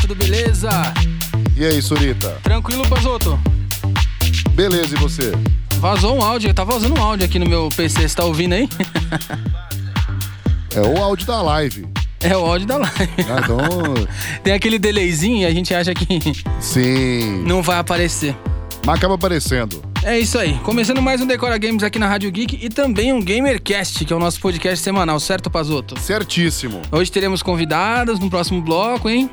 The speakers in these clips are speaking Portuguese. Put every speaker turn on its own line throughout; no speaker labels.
tudo beleza?
E aí, Surita?
Tranquilo, Pazoto?
Beleza, e você?
Vazou um áudio, tá vazando um áudio aqui no meu PC, você tá ouvindo aí?
É o áudio da live.
É o áudio da live.
Ah, então,
Tem aquele delayzinho e a gente acha que
sim.
não vai aparecer.
Mas acaba aparecendo.
É isso aí. Começando mais um Decora Games aqui na Rádio Geek e também um GamerCast, que é o nosso podcast semanal, certo, Pazoto?
Certíssimo.
Hoje teremos convidadas no próximo bloco, hein?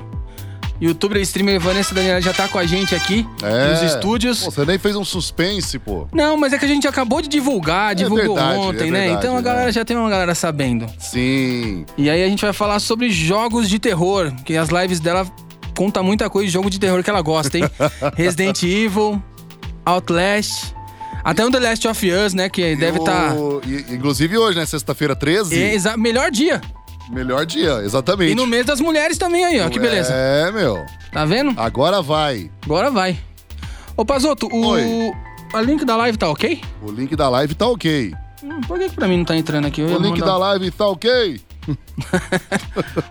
Youtuber e streamer Vanessa Daniela já tá com a gente aqui
É.
nos estúdios.
Pô, você nem fez um suspense, pô.
Não, mas é que a gente acabou de divulgar, divulgou
verdade,
ontem,
é
né?
verdade,
então a
é.
galera já tem uma galera sabendo.
Sim.
E aí a gente vai falar sobre jogos de terror, que as lives dela conta muita coisa de jogo de terror que ela gosta, hein? Resident Evil, Outlast, até o The Last of Us, né? Que deve
E o-
estar.
e- Inclusive hoje, né? Sexta-feira 13.
melhor dia.
Melhor dia, exatamente.
É. E no mês das mulheres também aí, ó. Que beleza.
É, meu.
Tá vendo?
Agora vai.
Agora vai. Ô, Pazoto, o.
Oi.
A link da live tá ok?
O link da live tá ok.
Hum, por que, que pra mim não tá entrando aqui? Eu
O
ia
link
mandar- um-
da live tá ok.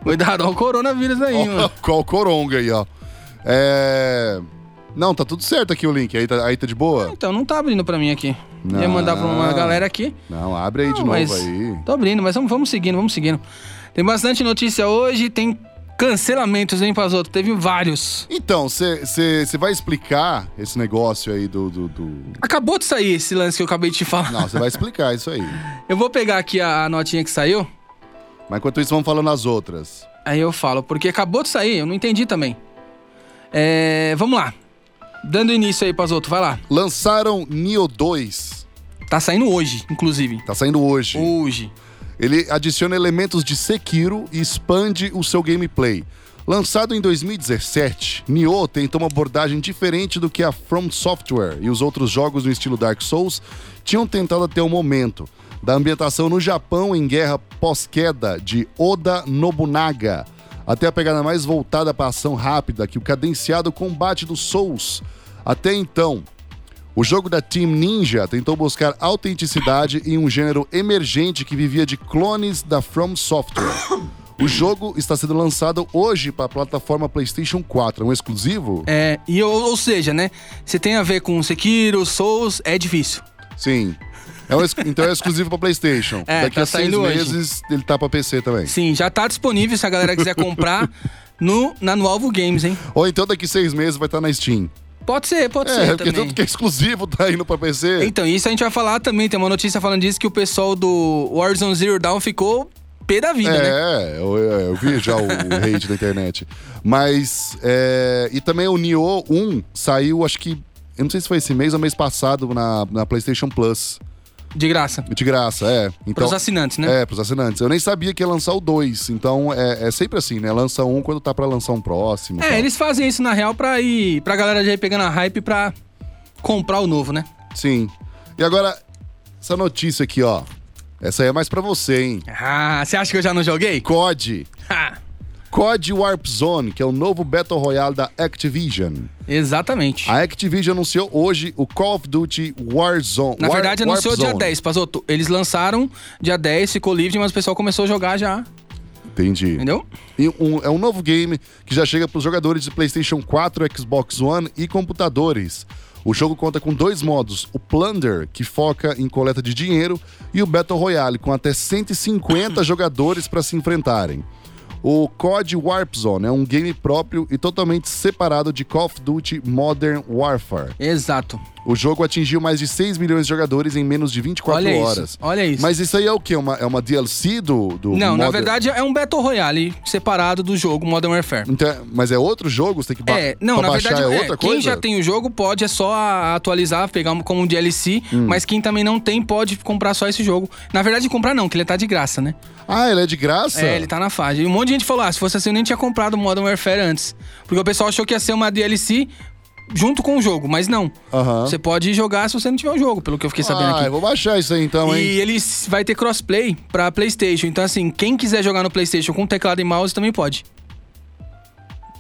Cuidado, ó, o coronavírus aí,
Ó,
mano.
Qual coronga aí, ó. É... Não, tá tudo certo aqui o link. Aí tá, aí tá de boa?
Então, não tá abrindo pra mim aqui. Ia
Não.
mandar pra uma galera aqui.
Não, abre aí de
Não,
novo
mas
aí.
Tô abrindo, mas vamos, vamos seguindo, vamos seguindo. Tem bastante notícia hoje, tem cancelamentos, hein, Pazoto? Teve vários.
Então, você vai explicar esse negócio aí do. do, do-
Acabou de sair esse lance que eu acabei de te falar.
Não, você vai explicar isso aí.
Eu vou pegar aqui a, a notinha que saiu,
Mas enquanto isso, vamos falando as outras.
aí eu falo, porque acabou de sair, eu não entendi também. É, vamos lá. Dando início aí, Pazoto, vai lá.
Lançaram Neo 2.
Tá saindo hoje, inclusive.
Tá saindo hoje.
Hoje.
Ele adiciona elementos de Sekiro e expande o seu gameplay. Lançado em 2017, Nioh tenta uma abordagem diferente do que a From Software e os outros jogos no estilo Dark Souls tinham tentado até o momento. Da ambientação no Japão em guerra pós-queda de Oda Nobunaga, até a pegada mais voltada para a ação rápida que o cadenciado combate dos Souls. Até então, o jogo da Team Ninja tentou buscar autenticidade em um gênero emergente que vivia de clones da From Software. O jogo está sendo lançado hoje para a plataforma PlayStation 4, é um exclusivo?
É, e ou, ou seja, né? Se tem a ver com Sekiro, Souls, é difícil.
Sim. É um ex- então é exclusivo para PlayStation.
É,
Daqui
tá
a seis
saindo hoje.
meses ele tá para PC também.
Sim, já tá disponível se a galera quiser comprar no, na no Alvo Games, hein?
Ou então daqui a seis meses vai estar na Steam.
Pode ser, pode
É,
ser
porque
também.
tudo que é exclusivo tá indo para PC.
Então, isso a gente vai falar também. Tem uma notícia falando disso que o pessoal do Warzone Zero Dawn ficou pé da vida, né?
É, eu, eu- eu vi já o, o hate na internet. Mas. é, e também o Nioh 1 saiu, acho que. Eu não sei se foi esse mês ou mês passado na, na PlayStation Plus.
De graça.
De graça, é. Então,
Pros assinantes, né?
É, pros assinantes. Eu nem sabia que ia lançar o 2. Então é, é sempre assim, né? Lança um quando tá pra lançar um próximo.
É,
tal.
eles fazem isso na real pra ir. pra galera já ir pegando a hype pra comprar o novo, né?
Sim. E agora, essa notícia aqui, ó. Essa aí é mais pra você, hein?
Ah, você acha que eu já não joguei?
COD.
Ah,
COD Warp Zone, que é o novo Battle Royale da Activision.
exatamente.
A Activision anunciou hoje o Call of Duty Warzone.
Na
War-
verdade, anunciou dia
Warzone.
10, Pazoto. Eles lançaram dia 10, ficou livre, mas o pessoal começou a jogar já,
Entendi.
entendeu?
E um- é um novo game que já chega para os jogadores de PlayStation 4, Xbox One e computadores. O jogo conta com dois modos: o Plunder, que foca em coleta de dinheiro, e o Battle Royale, com até 150 jogadores para se enfrentarem. O COD Warp Zone é um game próprio e totalmente separado de Call of Duty Modern Warfare.
Exato.
O jogo atingiu mais de 6 milhões de jogadores em menos de 24
olha
horas.
isso. Olha isso.
Mas isso aí é o quê? Uma, é uma DLC do, do
Não, na
Modern-
verdade é um Battle Royale separado do jogo Modern Warfare.
Então, mas é outro jogo? Você tem que ba
É, não,
pra
na
baixar
verdade,
é
é,
outra
quem
coisa?
já tem o jogo pode é só a- atualizar, pegar um- como um DLC,
Hum.
mas quem também não tem pode comprar só esse jogo. Na verdade, comprar não, que ele tá de graça, né?
Ah, ele é de graça?
É, ele tá na fase. E um monte de gente falou: ah, se fosse assim, eu nem tinha comprado o Modern Warfare antes. Porque o pessoal achou que ia ser uma DLC junto com o jogo, mas não.
Aham.
tá- Você pode jogar se você não tiver o jogo, pelo que eu fiquei sabendo
Ah,
aqui.
eu vou baixar isso aí então, hein?
E ele s- vai ter crossplay pra PlayStation. Então, assim, quem quiser jogar no PlayStation com teclado e mouse também pode.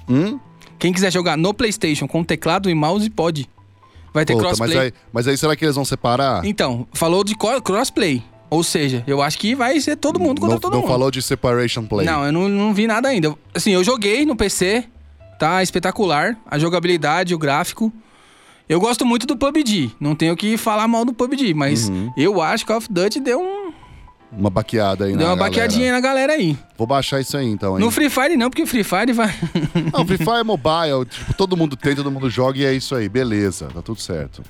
Hum?
Quem quiser jogar no PlayStation com teclado e mouse pode. Vai ter
Puta,
crossplay.
mas, aí, mas aí será que eles vão separar?
Então, falou de co- crossplay. Ou seja, eu acho que vai ser todo mundo contra
não
todo
não
mundo.
falou de separation play.
Não, eu não, não vi nada ainda. Assim, eu joguei no PC, Tá espetacular. A jogabilidade, o gráfico. Eu gosto muito do PUBG. Não tenho que falar mal do PUBG, mas
Uhum.
eu acho que Call of Duty deu um.
Uma baqueada aí, né?
Deu uma baqueadinha na galera aí.
Vou baixar isso aí então, hein?
No Free Fire não, porque Free Fire vai.
Não, Free Fire é mobile, tipo, todo mundo tem, todo mundo joga e é isso aí, beleza, tá tudo certo.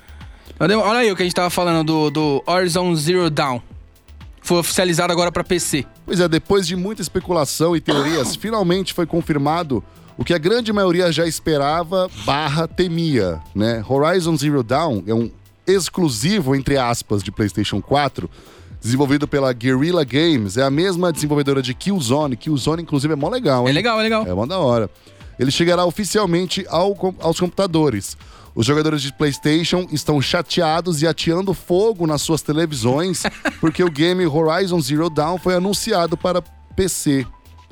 Olha olha aí o que a gente tava falando do, do Horizon Zero Dawn. Foi oficializado agora pra PC.
Pois é, depois de muita especulação e teorias, finalmente foi confirmado o que a grande maioria já esperava barra temia, né? Horizon Zero Dawn é um exclusivo, entre aspas, de PlayStation 4, desenvolvido pela Guerrilla Games, é a mesma desenvolvedora de Killzone. Killzone, inclusive, é mó legal,
É
hein?
legal, é legal.
É uma da hora. Ele chegará oficialmente ao com- aos computadores. Os jogadores de PlayStation estão chateados e ateando fogo nas suas televisões porque o game Horizon Zero Dawn foi anunciado para PC.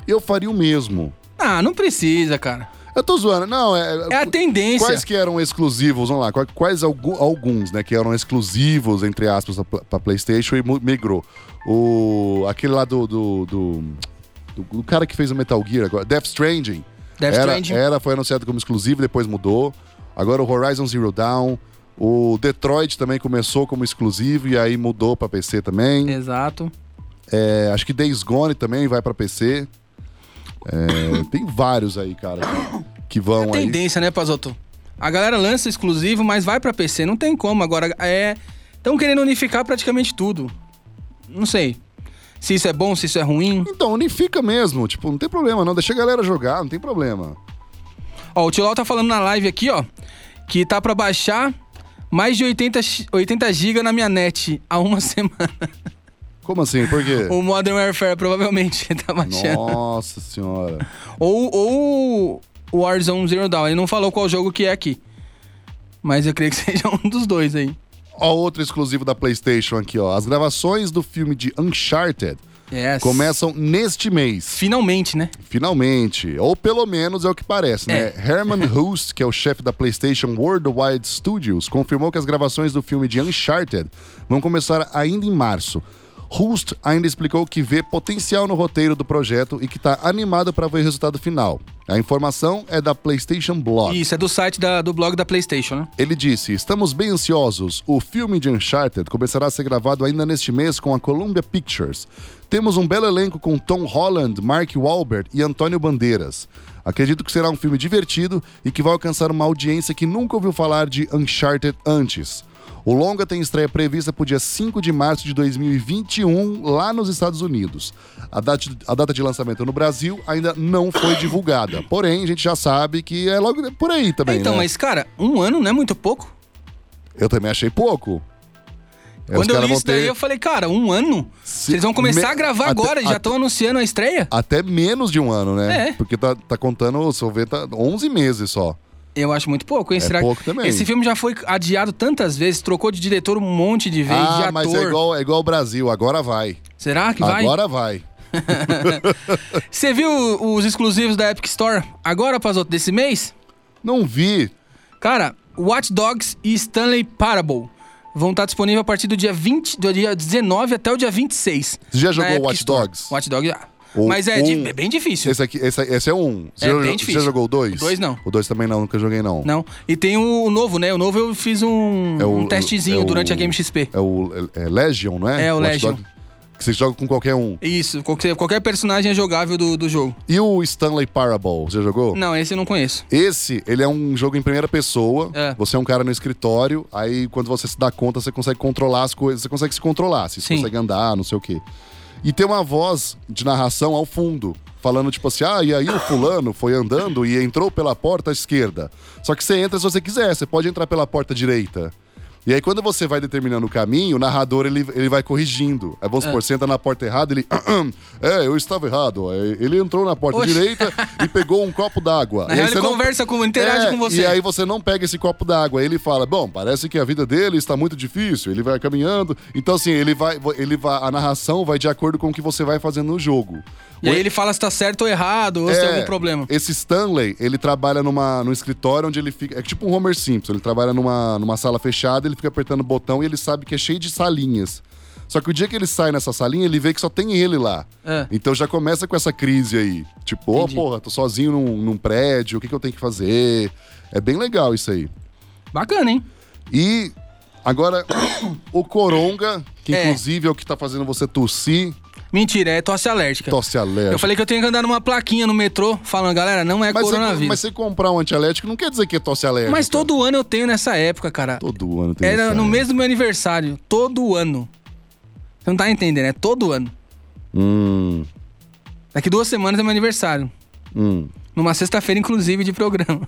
Eu faria o mesmo.
Ah, não precisa, cara.
Eu tô zoando, não, é.
É a tendência.
Quais que eram exclusivos, vamos lá, qua- quais algu- alguns, né, que eram exclusivos, entre aspas, da pla- pra Playstation e mu- migrou? O... aquele lá do do, do... do- do cara que fez o Metal Gear agora, Death Stranding.
Death
era,
Stranding.
Era, foi anunciado como exclusivo, depois mudou. Agora o Horizon Zero Dawn. O Detroit também começou como exclusivo e aí mudou pra PC também.
Exato.
É, acho que Days Gone também vai pra PC. É, tem vários aí, cara, que vão aí.
Tendência, né, Pazoto? A galera lança exclusivo, mas vai pra PC. Não tem como. Agora é. Estão querendo unificar praticamente tudo. Não sei. Se isso é bom, se isso é ruim.
Então, unifica mesmo. Tipo, não tem problema, não. Deixa a galera jogar, não tem problema.
Ó, o Tilol tá falando na live aqui, ó, que tá pra baixar mais de 80, x- 80 GB na minha net há uma semana.
Como assim? Por quê?
O Modern Warfare provavelmente ele tá baixando.
Nossa senhora.
Ou, ou o Warzone Zero Dawn. Ele não falou qual jogo que é aqui. Mas eu creio que seja um dos dois aí.
Ó, outro exclusivo da PlayStation aqui, ó. As gravações do filme de Uncharted
Yes.
começam neste mês,
Finalmente, né?
finalmente. Ou pelo menos é o que parece, né?
É.
Herman Host, que é o chefe da PlayStation Worldwide Studios, confirmou que as gravações do filme de Uncharted vão começar ainda em março. Host ainda explicou que vê potencial no roteiro do projeto e que está animado para ver o resultado final. A informação é da PlayStation Blog.
Isso, é do site da- do blog da PlayStation, né?
Ele disse: Estamos bem ansiosos. O filme de Uncharted começará a ser gravado ainda neste mês com a Columbia Pictures. Temos um belo elenco com Tom Holland, Mark Wahlberg e Antônio Bandeiras. Acredito que será um filme divertido e que vai alcançar uma audiência que nunca ouviu falar de Uncharted antes. O longa tem estreia prevista para o dia 5 de março de 2021, lá nos Estados Unidos. A data, a data de lançamento no Brasil ainda não foi divulgada. Porém, a gente já sabe que é logo por aí também.
então,
né?
mas cara, um ano não é muito pouco?
Eu também achei pouco. Aí É, os
Quando eu
caras
li
vão
isso daí,
ter
eu falei, cara, um ano?
Se-
Eles vão começar
me-
a gravar
até-
agora, já
até-
estão anunciando a estreia?
Até menos de um ano, né?
É.
Porque tá, tá contando, se eu ver, tá 11 meses só.
Eu acho muito pouco, hein? Será que-
É pouco também.
Esse filme já foi adiado tantas vezes, trocou de diretor um monte de vezes, de
ah,
ator.
mas é igual, é igual o Brasil, agora vai.
Será que vai?
Agora vai.
Você viu os exclusivos da Epic Store agora, Pazoto, desse mês?
Não vi.
Cara, Watch Dogs e Stanley Parable vão estar disponíveis a partir do dia 20, do dia 19 até o dia 26.
Você já
na
jogou
Epic
Watch
Store.
Dogs?
Watch Dogs já.
O
Mas é, di-
um-
é bem difícil.
Esse, aqui, esse, esse é um. Você,
É
já,
bem
você
difícil.
já jogou o dois?
O dois não.
O dois também não, nunca joguei não.
Não. E tem o novo, né? O novo eu fiz um,
É o-
um testezinho
é o-
durante a Game XP.
É o é, é Legion, não é?
É, o
Watch
Legion.
Dogs, que você joga com qualquer um.
Isso, qualquer, qualquer personagem é jogável do, do jogo.
E o Stanley Parable, você jogou?
Não, esse eu não conheço.
Esse, ele é um jogo em primeira pessoa.
É.
Você é um cara no escritório, aí quando você se dá conta, você consegue controlar as coisas, você consegue se controlar, se você
Sim.
consegue andar, não sei o quê. E tem uma voz de narração ao fundo, falando tipo assim: ah, e aí o fulano foi andando e entrou pela porta esquerda. Só que você entra se você quiser, você pode entrar pela porta direita. E aí, quando você vai determinando o caminho, o narrador ele, ele vai corrigindo. Aí
É.
vamos supor, você entra na porta errada, ele. é, eu estava errado. Aí Ele entrou na porta
Oxe.
direita e pegou um copo d'água.
Na
E aí
real,
você
ele
não-
conversa com, interage
é,
com você.
E aí você não pega esse copo d'água. Aí Ele fala: Bom, parece que a vida dele está muito difícil, ele vai caminhando. Então, assim, ele vai. Ele vai a narração vai de acordo com o que você vai fazendo no jogo.
E aí ele fala se tá certo ou errado, ou se tem
É,
algum problema.
Esse Stanley, ele trabalha numa, num escritório onde ele fica. É tipo um Homer Simpson. Ele trabalha numa, numa sala fechada, ele fica apertando o botão e ele sabe que é cheio de salinhas. Só que o dia que ele sai nessa salinha, ele vê que só tem ele lá.
É.
Então já começa com essa crise aí. Tipo, ô
Entendi.
porra, tô sozinho num, num prédio, o que, que eu tenho que fazer? É bem legal isso aí.
Bacana, hein?
E agora, o Coronga, que
É.
inclusive é o que tá fazendo você tossir,
Mentira, é tosse alérgica.
tosse alérgica.
Eu falei que eu tenho que andar numa plaquinha no metrô falando, galera, não é
mas, você,
coronavírus.
mas
Mas,
você comprar um antialérgico não quer dizer que é tosse alérgica.
todo ano eu tenho nessa época, cara.
Todo ano tem
Era
isso,
É, no
né?
mês do meu aniversário. Todo ano. Você não tá entendendo, é todo ano.
Hum,
Daqui duas semanas é meu aniversário.
hum.
Numa sexta-feira, inclusive, de programa.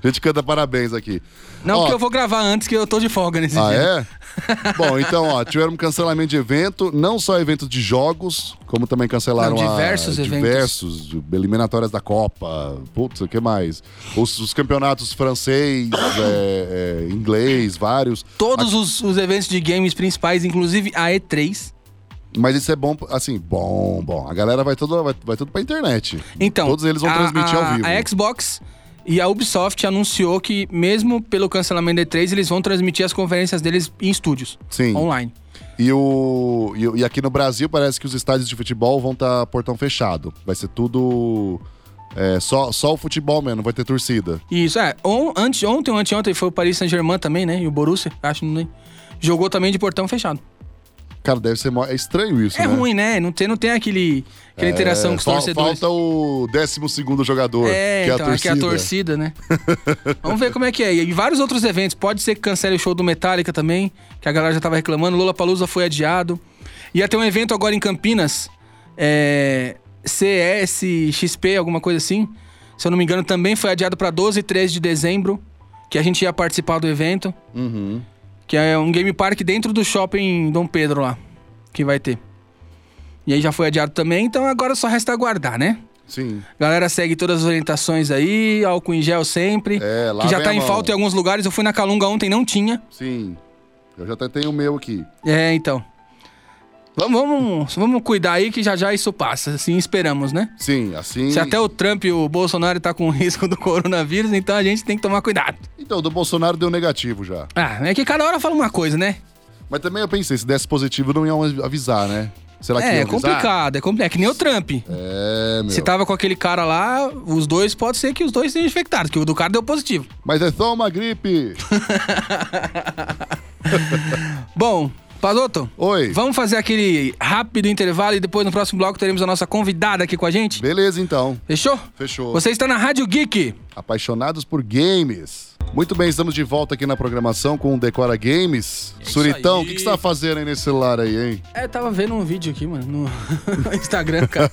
A gente canta parabéns aqui.
Não,
Ó,
porque eu vou gravar antes que eu tô de folga nesse
Ah,
dia.
é? Bom, então, ó, tiveram cancelamento de evento, não só evento de jogos, como também cancelaram
Não,
a-
diversos eventos.
diversos eliminatórias da Copa, putz, o que mais? Os, os campeonatos francês, é, é, inglês, vários.
Todos os, os eventos de games principais, inclusive a E3.
Mas isso é bom, assim, bom, bom. A galera vai tudo, vai, vai tudo pra internet.
Então,
Todos eles vão
a-
transmitir
a-
ao vivo.
A Xbox e a Ubisoft anunciou que, mesmo pelo cancelamento da E3, eles vão transmitir as conferências deles em estúdios.
Sim.
Online.
E, o, e, o- e aqui no Brasil parece que os estádios de futebol vão estar portão fechado. Vai ser tudo. é, só, só o futebol mesmo, não vai ter torcida.
Isso, é. On, ante, ontem ou anteontem foi o Paris Saint-Germain também, né? E o Borussia, acho, não lembro. Jogou também de portão fechado.
Cara, deve ser. mó- É estranho isso,
É
né? É,
ruim, né? Não tem, não tem aquele, aquela interação com os
Fal-
torcedores.
Falta o 12 jogador,
É,
que é
então,
a
aqui é a
torcida.
torcida, né? Vamos ver como é que é. E vários outros eventos. Pode ser que cancele o show do Metallica também, que a galera já tava reclamando. Lula Palusa foi adiado. Ia ter um evento agora em Campinas, é, CSXP, alguma coisa assim. Se eu não me engano, também foi adiado pra 12 e 13 de dezembro, que a gente ia participar do evento.
Uhum.
Que é um game park dentro do shopping Dom Pedro lá, que vai ter. E aí já foi adiado também, então agora só resta aguardar, né?
Sim.
Galera segue todas as orientações aí, álcool em gel sempre.
É, lá
que já
vem
tá
a
em
mão.
falta em alguns lugares. Eu fui na Calunga ontem, não tinha.
Sim. Eu já até tenho o meu aqui.
É, então. Vamos, vamos, vamos cuidar aí que já já isso passa, assim esperamos, né?
Sim, assim.
Se até o Trump e o Bolsonaro tá com risco do coronavírus, então a gente tem que tomar cuidado.
Então, do Bolsonaro deu negativo já.
Ah, é que cada hora fala uma coisa, né?
Mas também eu pensei, se desse positivo, não iam avisar, né? Será que
é,
iam
é
avisar?
complicado, é complicado. É que nem o Trump.
É, meu.
Se tá- tava com aquele cara lá, os dois, pode ser que os dois tenham infectados, que o do cara deu positivo.
Mas é só uma gripe.
Bom, Pazoto,
Oi.
vamos fazer aquele rápido intervalo e depois no próximo bloco teremos a nossa convidada aqui com a gente.
Beleza, então.
Fechou?
Fechou.
Você está na Rádio Geek.
Apaixonados por games. Muito bem, estamos de volta aqui na programação com o Decora Games.
É isso
Suritão,
aí.
o que, que você tá fazendo aí nesse celular aí, hein?
É, eu tava vendo um vídeo aqui, mano, no Instagram, cara.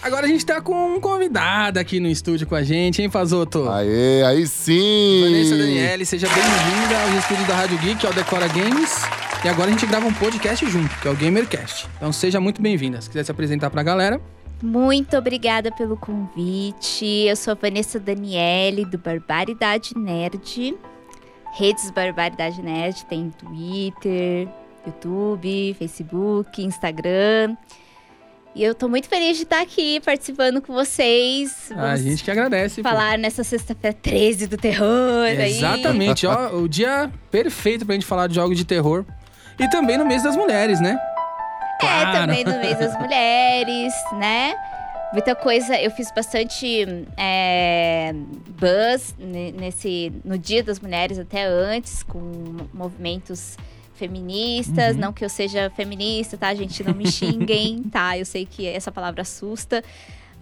Agora a gente tá com um convidado aqui no estúdio com a gente, hein, Pazoto?
Aê, aí sim!
Vanessa Daniele, seja bem-vinda aos estúdios da Rádio Geek, ao Decora Games. E agora a gente grava um podcast junto, que é o GamerCast. Então seja muito bem-vinda. Se quiser se apresentar pra galera.
Muito obrigada pelo convite. Eu sou a Vanessa Daniele, do Barbaridade Nerd. Redes Barbaridade Nerd tem Twitter, YouTube, Facebook, Instagram. E eu tô muito feliz de estar aqui participando com vocês.
A
Vamos
gente que agradece. pô. É,
falar nessa sexta-feira 13 do terror. aí.
Exatamente, ó, o dia perfeito pra gente falar de jogos de terror. E também no mês das mulheres, né?
É,
Claro.
também no mês das mulheres, né? Muita coisa, eu fiz bastante é, buzz ne- nesse, no Dia das Mulheres até antes, com movimentos feministas.
Uhum.
Não que eu seja feminista, tá, gente? Não me xinguem, tá? Eu sei que essa palavra assusta.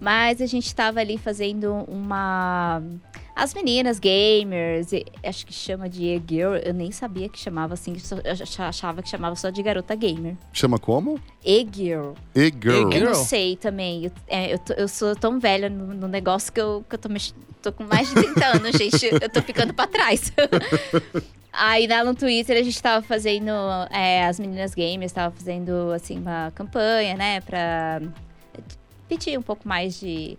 Mas a gente tava ali fazendo uma. As meninas gamers, e- acho que chama de e-girl, eu nem sabia que chamava assim, só- eu ach- achava que chamava só de garota gamer.
Chama como?
E-girl.
E-Girl.
E-girl.
Eu não sei também. Eu, é, eu tô- eu sou tão velha no, no negócio que eu, que eu tô, mex- tô com mais de 30 anos, gente. Eu tô ficando pra trás. Aí lá no Twitter a gente tava fazendo. é, as meninas gamers tava fazendo assim, uma campanha, né? Pra pedir um pouco mais de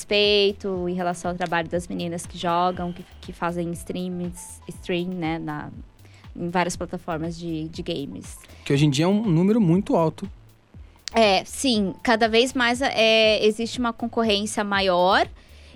respeito em relação ao trabalho das meninas que jogam, que, que fazem streams, stream, né? na- em várias plataformas de- de games.
Que hoje em dia é um número muito alto.
É, sim, cada vez mais é, existe uma concorrência maior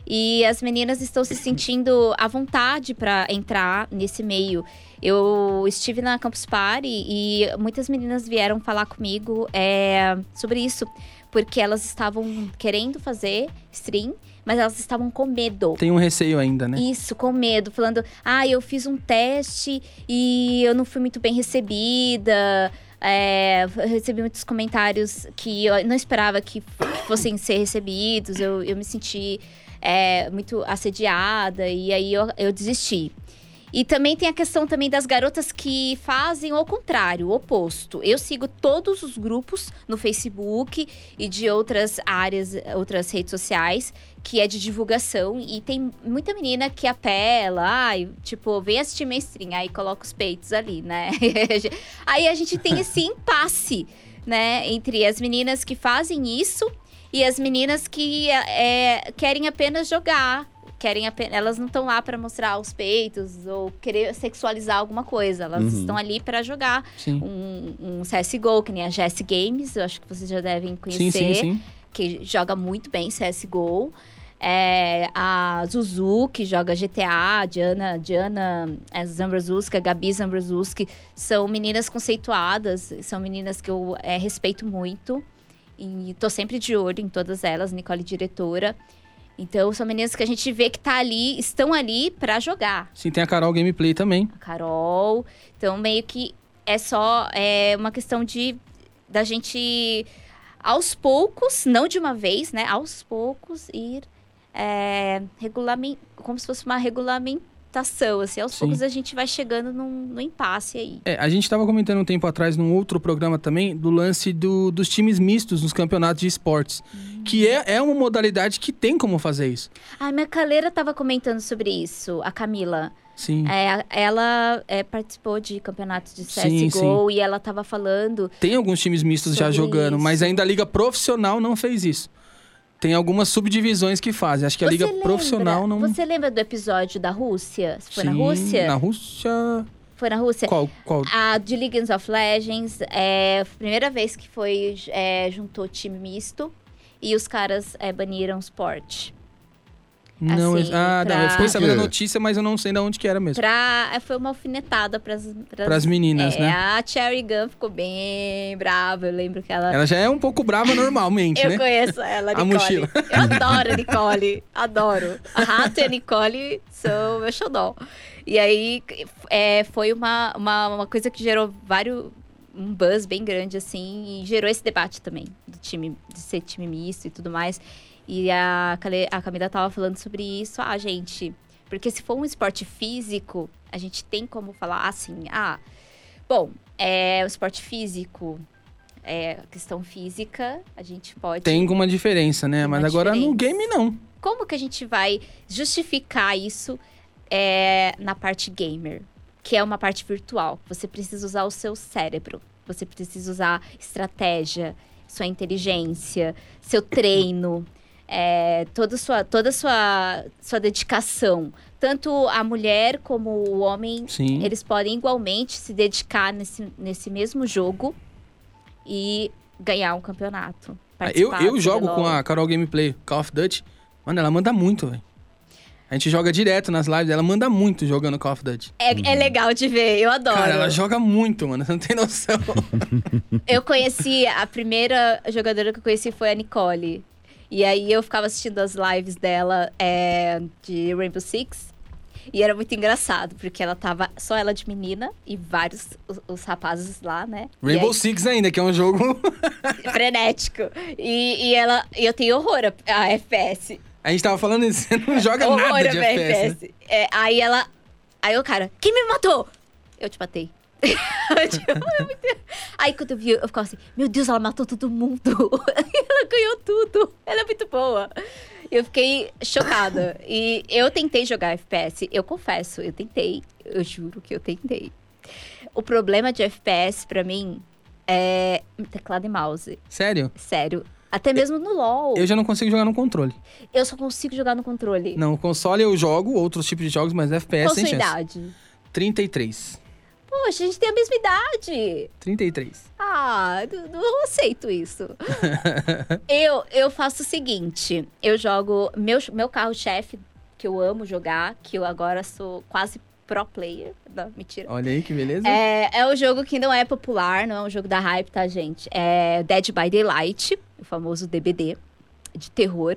E as meninas estão se sentindo à vontade para entrar nesse meio. Eu estive na Campus Party e muitas meninas vieram falar comigo é, sobre isso, porque elas estavam querendo fazer stream, mas elas estavam com medo.
Tem um receio ainda, né?
Isso, com medo, falando: ah, eu fiz um teste e eu não fui muito bem recebida. É, eu recebi muitos comentários que eu não esperava que fossem ser recebidos. Eu, eu me senti é, muito assediada e aí eu, eu desisti. E também tem a questão também das garotas que fazem o contrário, o oposto. Eu sigo todos os grupos no Facebook e de outras áreas, outras redes sociais, que é de divulgação. E tem muita menina que apela, ai, tipo, vem assistir mainstream, aí coloca os peitos ali, né? aí a gente tem esse impasse, né? Entre as meninas que fazem isso e as meninas que é, querem apenas jogar querem apenas, elas não estão lá para mostrar os peitos ou querer sexualizar alguma coisa. Elas
Uhum.
estão ali para jogar
Sim.
um, um CSGO, que nem a Jess Games, eu acho que vocês já devem
Sim,
conhecer,
sim, sim.
que joga muito bem CSGO. É, a Zuzu, que joga GTA, a Diana, Diana é, Zambrazuska, Gabi Zambrazuski, são meninas conceituadas, são meninas que eu é, respeito muito. E tô sempre de olho em todas elas, Nicole diretora. Então, são meninas que a gente vê que tá ali, estão ali pra jogar.
Sim, tem a Carol Gameplay também.
A Carol. Então, meio que é só é, uma questão de da gente, aos poucos, não de uma vez, né? Aos poucos, ir é, regulamen- como se fosse uma regulamentação, assim. Aos
Sim.
poucos a gente vai chegando num, num impasse aí.
É, a gente estava comentando um tempo atrás num outro programa também do lance do- dos times mistos nos campeonatos de esportes.
Hum.
Que é, é uma modalidade que tem como fazer isso.
A minha caleira tava comentando sobre isso, a Camila.
Sim.
É, a- ela é, participou de campeonatos de
Hum. Sim,
CSGO e ela tava falando
Tem alguns times mistos já
Sobre
jogando, mas
isso.
ainda a liga profissional não fez isso. Tem algumas subdivisões que fazem. Acho que a liga
Você
profissional
lembra-
não.
Você lembra do episódio da Rússia? Foi na
Sim,
Rússia? Ah,
Na Rússia.
Foi na Rússia.
Qual? qual?
A de League of Legends, é, foi a primeira vez que foi, é, juntou time misto. E os caras é, baniram o esporte.
não,
assim,
eu- ah,
pra-
não, eu fiquei sabendo a
Por quê?
notícia, mas eu não sei de onde que era mesmo.
Pra, é, foi uma alfinetada pras, pras,
Para as meninas,
é,
né?
A Cherry Gun ficou bem brava. Eu lembro que ela.
Ela já é um pouco brava normalmente,
eu
né?
conheço ela,
A
Nicole.
mochila.
Eu adoro a Nicole. Adoro. A Rato e a Nicole são meu xodó. E aí é, foi uma, uma, uma coisa que gerou vários. Um buzz bem grande, assim, e gerou esse debate também, do time, de ser time misto e tudo mais. E a, Cale- a Camila tava falando sobre isso. Ah, gente, porque se for um esporte físico, a gente tem como falar assim, ah, bom, é o esporte físico, é a questão física, a gente pode.
Tem alguma diferença, né?
Tem uma
mas agora no
diferença.
game não.
Como que a gente vai justificar isso é, na parte gamer, que é uma parte virtual? Você precisa usar o seu cérebro, você precisa usar estratégia, sua inteligência, seu treino, é, toda sua toda sua sua dedicação. Tanto a mulher como o homem
Sim.
eles podem igualmente se dedicar nesse, nesse mesmo jogo e ganhar um campeonato.
Ah, Eu,
participar
eu
do
jogo
CBLOL.
com a Carol Gameplay, Call of Duty. Mano, ela manda muito, velho. A gente joga direto nas lives, ela manda muito jogando Call of Duty.
É, é legal de ver, eu adoro.
Uhum. Cara, ela joga muito, mano. Você não tem noção.
Eu conheci, a primeira jogadora que eu conheci foi a Nicole. E aí eu ficava assistindo as lives dela é, de Rainbow Six. E era muito engraçado, porque ela tava só ela de menina e vários os, os rapazes lá, né? E
Rainbow
aí-
Six ainda, que é um jogo.
frenético. E, e ela, e eu tenho horror a, a FPS.
A gente tava falando isso, você não joga
horror
nada de
a
FPS. né?
É, aí ela. Aí o cara, quem me matou? Eu te matei. Eu te- Ai, meu Deus. aí quando eu vi, eu ficava assim, meu Deus, ela matou todo mundo. ela ganhou tudo. Ela é muito boa. Eu fiquei chocada. E eu tentei jogar FPS, eu confesso, eu tentei. Eu juro que eu tentei. O problema de FPS pra mim é teclado e mouse.
Sério?
Sério. Até mesmo no LoL.
Eu já não consigo jogar no controle.
Eu só consigo jogar no controle.
é Não, console eu jogo, outros tipos de jogos, mas
Qual
FPS
sua
sem chance.
idade?
33.
Poxa, a gente tem a mesma idade.
33.
Ah, n- não aceito isso. eu, eu faço o seguinte: eu jogo meu, meu carro-chefe, que eu amo jogar, que eu agora sou quase pro player. Não, mentira.
Olha aí que beleza.
É, é um jogo que não é popular, não é um jogo da hype, tá, gente? É Dead by Daylight, o famoso DBD, de terror,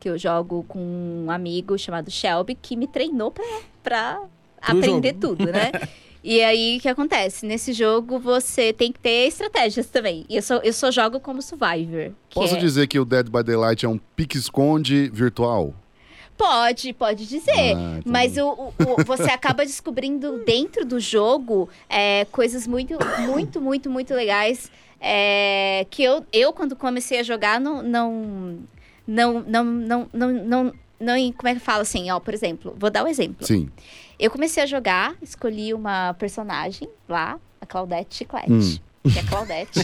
que eu jogo com um amigo chamado Shelby, que me treinou pra, pra
Pro
aprender
jogo.
tudo, né? E aí, o que acontece? Nesse jogo, você tem que ter estratégias também. E eu só, eu só jogo como Survivor. que
Posso
é-
dizer que o Dead by Daylight é um pique-esconde virtual?
Pode, pode dizer.
Ah, entendi.
É, Mas o, o- o- você acaba descobrindo dentro do jogo é, coisas muito, muito, muito, muito legais. é, que eu, eu, quando comecei a jogar, não. Não. Não. Não. Não. não, não, não en- como é que fala assim? Ó, por exemplo, vou dar um exemplo.
Sim.
Eu comecei a jogar, escolhi uma personagem lá, a Claudete Chiclete.
Hum.
Que é Claudete.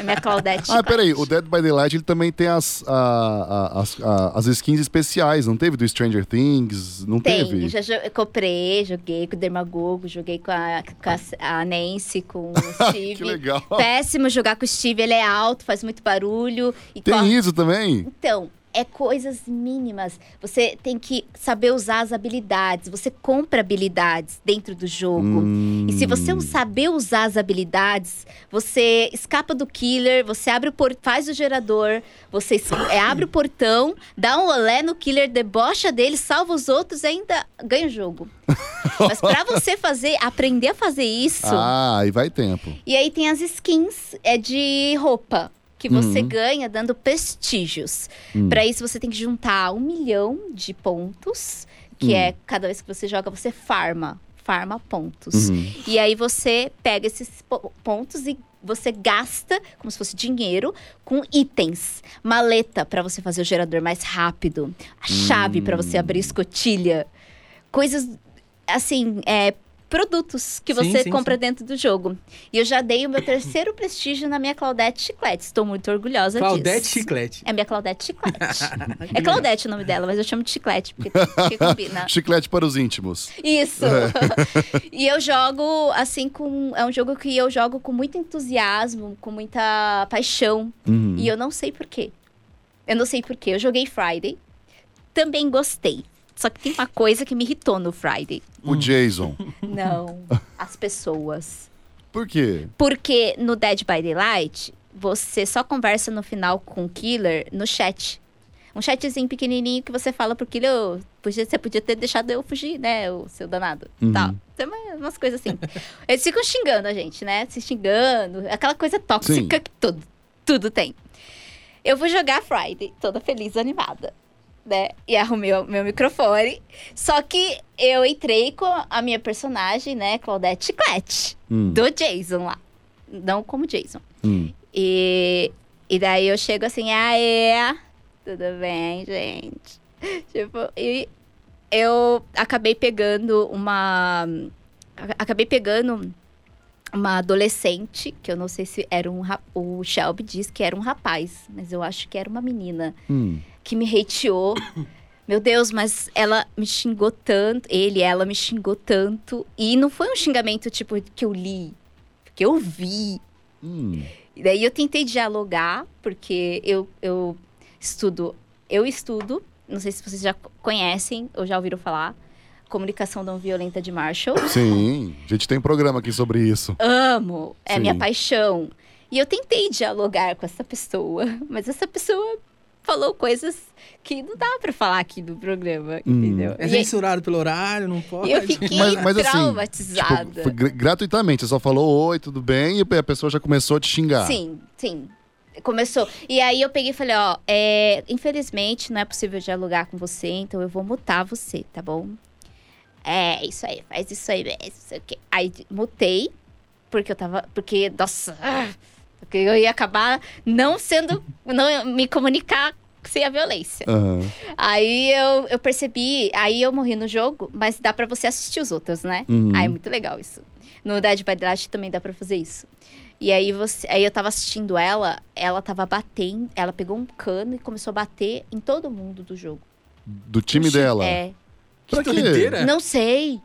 é minha Claudete
Ah, peraí, o
Chiclete.
Dead by Daylight ele também tem as, a- a- as, a- as skins especiais, não teve? Do Stranger Things, não
Tem,
teve?
já jo- eu comprei, joguei com o Demagogo, joguei com a, com a, a Nancy, com o
Que
Steve.
legal.
Péssimo jogar com o Steve, ele é alto, faz muito barulho. E
Tem
corre-
isso também?
Então, é coisas mínimas. Você tem que saber usar as habilidades, você compra habilidades dentro do jogo. E se você não
Hum.
saber usar as habilidades, você escapa do killer, você abre o por... faz o gerador, você es- é, abre o portão, dá um olé no killer, debocha dele, salva os outros e ainda ganha o jogo. Mas pra você fazer, aprender a fazer isso,
Ah, aí vai tempo.
e aí tem as skins é de roupa. Que você
Uhum.
ganha dando prestígios.
Hum.
Pra isso, você tem que juntar um milhão de pontos, que
Hum.
é cada vez que você joga, você farma. Farma pontos.
Uhum.
E aí você pega esses po- pontos e você gasta, como se fosse dinheiro, com itens. Maleta pra você fazer o gerador mais rápido. A chave pra você
Hum.
abrir escotilha. Coisas, assim, é, produtos que
Sim,
você
sim,
compra
sim.
dentro do jogo. E eu já dei o meu terceiro prestígio na minha Claudete Chiclete. Estou muito orgulhosa
Claudete
disso.
Chiclete.
É minha Claudete Chiclete. é Claudete o nome dela, mas eu chamo de Chiclete, porque, porque combina.
Chiclete para os íntimos.
Isso. e eu jogo assim com é um jogo que eu jogo com muito entusiasmo, com muita paixão,
Uhum.
e eu não sei por quê. Eu não sei por quê. Eu joguei Friday, também gostei. Só que tem uma coisa que me irritou no Friday.
O Jason.
Não, as pessoas.
Por quê?
Porque no Dead by Daylight, você só conversa no final com o killer no chat. Um chatzinho pequenininho que você fala pro killer, "Ô, podia, você podia ter deixado eu fugir, né, o seu danado.
Uhum.
Tal. Tem uma- umas coisas assim. Eles ficam xingando a gente, né? Se xingando. Aquela coisa tóxica
Sim.
que tudo, tudo tem. Eu vou jogar Friday, toda feliz, animada. Né? E arrumei o meu microfone. Só que eu entrei com a minha personagem, né, Claudette Chiclete
Hum,
do Jason lá. Não como Jason.
hum.
E, e daí eu chego assim, aê, tudo bem, gente? Tipo, e eu acabei pegando uma. a- Acabei pegando uma adolescente, que eu não sei se era um. ra- O Shelby diz que era um rapaz, mas eu acho que era uma menina
Hum.
que me hateou. Meu Deus, mas ela me xingou tanto, ele, ela me xingou tanto. E não foi um xingamento, tipo, que eu li, que eu vi.
Hum.
E daí eu tentei dialogar, porque eu, eu estudo, eu estudo, não sei se vocês já conhecem ou já ouviram falar, Comunicação Não Violenta de Marshall.
Sim, a gente tem programa aqui sobre isso.
Amo, é
Sim.
minha paixão. E eu tentei dialogar com essa pessoa, mas essa pessoa falou coisas que não dá pra falar aqui no programa,
Hum.
entendeu?
É
E-
censurado pelo horário, não pode.
E eu fiquei
Mas- mas assim,
traumatizada.
Tipo, foi gr- gratuitamente, você só falou oi, tudo bem, e a pessoa já começou a te xingar.
Sim, sim. Começou. E aí eu peguei e falei, ó, é, infelizmente não é possível dialogar com você, então eu vou mutar você, tá bom? É, isso aí, faz isso aí mesmo, não sei o quê. Aí mutei, porque eu tava. Porque, nossa, ah, porque eu ia acabar não sendo. não me comunicar sem a violência.
Aham.
Aí eu, eu percebi, aí eu morri no jogo, mas dá pra você assistir os outros, né?
Uhum.
Ah, é muito legal isso. No Dead by Daylight também dá pra fazer isso. E aí, você, aí eu tava assistindo ela, ela tava batendo, ela pegou um cano e começou a bater em todo mundo do jogo.
Do time dela.
É.
Que
Pra quê?
É. doideira.
Não sei.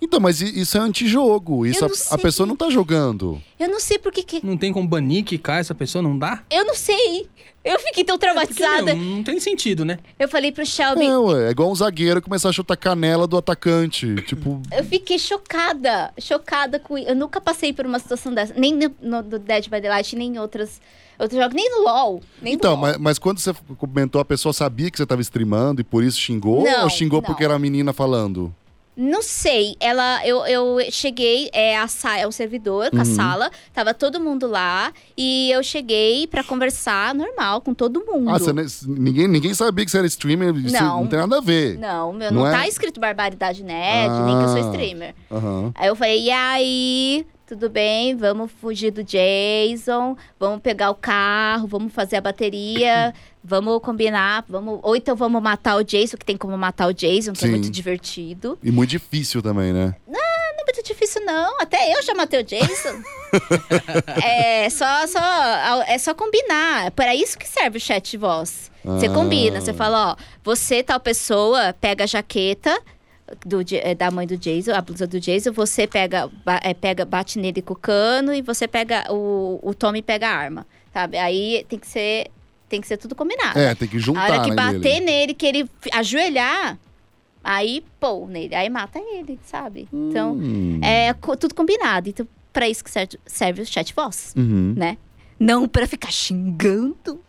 Então, mas i- isso é antijogo. Isso
Eu
a-
não
a,
sei.
pessoa não tá jogando.
Eu não sei por que que...
Não tem como banir que cai essa pessoa, não dá?
Eu não sei. Eu fiquei tão
Porque,
traumatizada.
meu, não tem sentido, né?
Eu falei pro Shelby,
Não, é, é igual um zagueiro começar a chutar canela do atacante. Tipo,
eu fiquei chocada. Chocada com... Eu nunca passei por uma situação dessa. Nem no, no do Dead by Daylight, nem em outras... Outros jogos, nem no LoL. Nem no
Então,
LoL.
mas, mas quando você comentou, a pessoa sabia que você tava streamando e por isso xingou?
Não,
ou xingou
não.
porque era a menina falando?
Não sei, ela, eu, eu cheguei, é, a sa, é o servidor,
Uhum.
com a sala, tava todo mundo lá, e eu cheguei pra conversar normal com todo mundo.
Ah, você, nem- ninguém, ninguém sabia que você era streamer, isso não,
Não.
tem nada a ver.
Não, meu,
Não
não,
é?
tá escrito Barbaridade Nerd, nem que eu
Ah.
sou streamer.
Aham.
Aí eu falei, e aí, tudo bem, vamos fugir do Jason, vamos pegar o carro, vamos fazer a bateria, vamos combinar, vamos, ou então vamos matar o Jason, que tem como matar o Jason, que
Sim.
é muito divertido.
E muito difícil também, né?
Não é muito difícil, não. Até eu já matei o Jason. é, só, só, é só combinar. É para isso que serve o chat de voz. Você
Ah.
combina, você fala, ó, você, tal pessoa, pega a jaqueta do Ja- eh, da mãe do Jason, a blusa do Jason, você pega, ba- eh, pega bate nele com o cano e você pega, o, o Tommy pega a arma, sabe? Aí tem que ser, tem que ser tudo combinado.
É, tem que
a hora
juntar,
que
né,
bater
nele.
nele, que ele f- ajoelhar, aí, pô, nele, aí mata ele, sabe? Então,
Hum.
é co- tudo combinado. Então, pra isso que serve, serve o chat voz,
Uhum.
né? Não pra ficar xingando.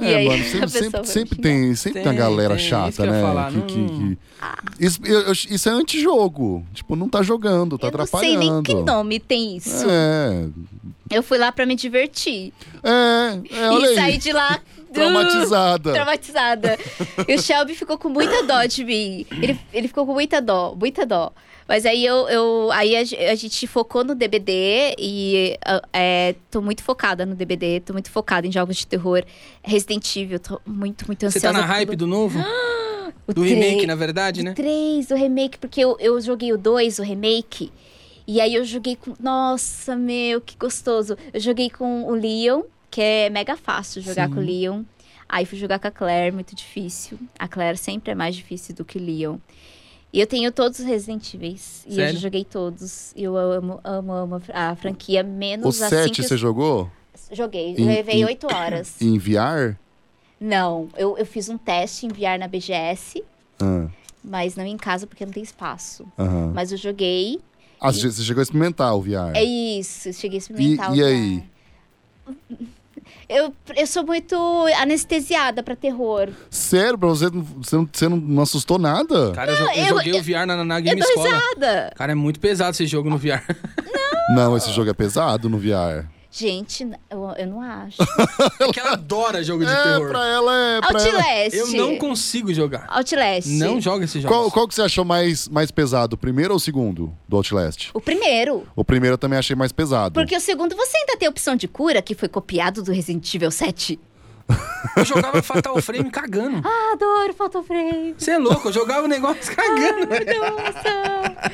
E
É, mano,
aí,
sempre,
a pessoa
sempre,
vai
sempre
xingar.
tem, sempre tem, a
Tem,
galera
tem,
chata,
isso que eu ia
né?
falar,
que- que-
não-
que- Isso, eu- eu- isso é antijogo. Tipo, não tá jogando, tá
eu não sei
atrapalhando.
nem que nome tem isso.
É,
Eu fui lá pra me divertir.
é, é, olha
e saí
aí.
de lá.
Traumatizada.
Traumatizada. E o Shelby ficou com muita dó de mim. Ele, ele ficou com muita dó, muita dó. Mas aí eu, eu aí a, ge- a gente focou no DBD e ah, é, tô muito focada no DBD, tô muito focada em jogos de terror. Resident Evil, tô muito, muito
Você
ansiosa. Ah,
tá na
pelo-
hype do novo?
o
Do
três-
remake, na verdade, né?
O 3, o remake, porque eu, eu joguei o 2, o remake. E aí eu joguei com. Nossa, meu, que gostoso. Eu joguei com o Leon, que é mega fácil jogar
Sim.
com o Leon. Aí fui jogar com a Claire, muito difícil. A Claire sempre é mais difícil do que o Leon. E eu tenho todos os Resident Evil. E eu
Sério?
já joguei todos. E eu amo, amo, amo a franquia,
O
menos a
7
cinco-
você jogou?
Joguei,
Em- em-
levei oito horas.
Em VR?
Não, eu, eu fiz um teste enviar na BGS,
Ah,
mas não em casa porque não tem espaço.
aham.
Mas eu joguei.
Ah, você você chegou a experimentar o VR.
É isso, cheguei
E,
a experimentar. o
e
da-
aí?
Eu, eu sou muito anestesiada pra terror.
Sério, pra você, não- você, não, você não, não assustou nada?
Cara, eu, jo- eu
eu-
joguei o VR na, na Game
eu dou
Escola.
risada.
Cara, é muito pesado esse jogo no VR.
Não, esse jogo é pesado no VR.
Gente, n- eu, eu não acho.
É que ela adora jogo de
É,
terror.
pra ela é. Pra ela...
Outlast.
Eu não consigo jogar.
Outlast.
Não joga esse jogo.
Qual, qual que você achou mais, mais pesado, o primeiro ou o segundo do Outlast?
O primeiro.
O primeiro eu também achei mais pesado.
Porque o segundo você ainda tem a opção de cura, que foi copiado do Resident Evil 7.
Eu jogava Fatal Frame cagando.
Ah, adoro Fatal Frame.
Você é louco, eu jogava o negócio cagando.
Nossa!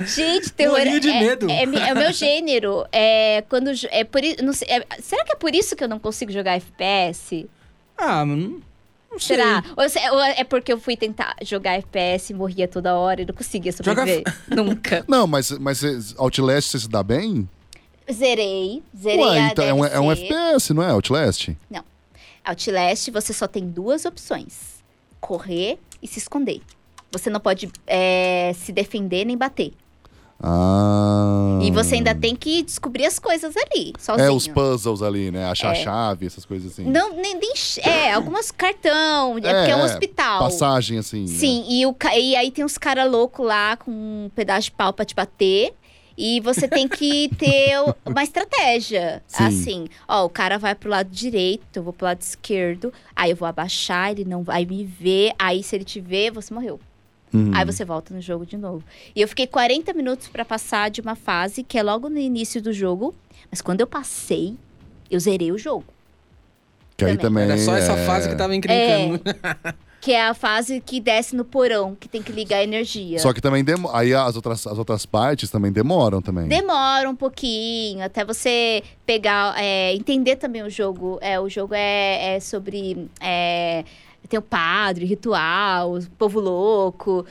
Gente, terror
Morria de
é,
medo.
É, mi- é o meu gênero. É quando jo- é por i- não sei, é- será que é por isso que eu não consigo jogar FPS?
Ah, mano. Não sei.
Será? Ou, se- ou é porque eu fui tentar jogar FPS e morria toda hora e não conseguia sobreviver nunca.
Não, mas, mas você- Outlast você se dá bem?
Zerei, zerei
Ué,
a
então é um, é um
DLC.
FPS, não é? Outlast?
Outlast, você só tem duas opções: correr e se esconder. Você não pode é, se defender nem bater.
Ah.
E você ainda tem que descobrir as coisas ali, sozinho.
É, os puzzles ali, né? Achar a
É.
chave, essas coisas assim.
Não, nem, nem- É, algumas cartão. É, porque é um
é,
hospital.
Passagem, assim. né?
Sim, e, o, ca- e aí tem uns caras loucos lá com um pedaço de pau pra te bater. E você tem que ter o- uma estratégia.
Sim.
Assim, ó, o cara vai pro lado direito, eu vou pro lado esquerdo. Aí eu vou abaixar, ele não vai me ver. Aí se ele te ver, você morreu.
Hum.
Aí você volta no jogo de novo. E eu fiquei 40 minutos pra passar de uma fase que é logo no início do jogo. Mas quando eu passei, eu zerei o jogo.
Que aí também.
Era só essa
é-
fase que tava encrencando.
Que é a fase que desce no porão, que tem que ligar a energia.
Só que também demo... aí as outras, as outras partes também demoram também.
Demora um pouquinho até você pegar, é, entender também o jogo. É, o jogo é, é sobre. É, tem o padre, ritual, o povo louco.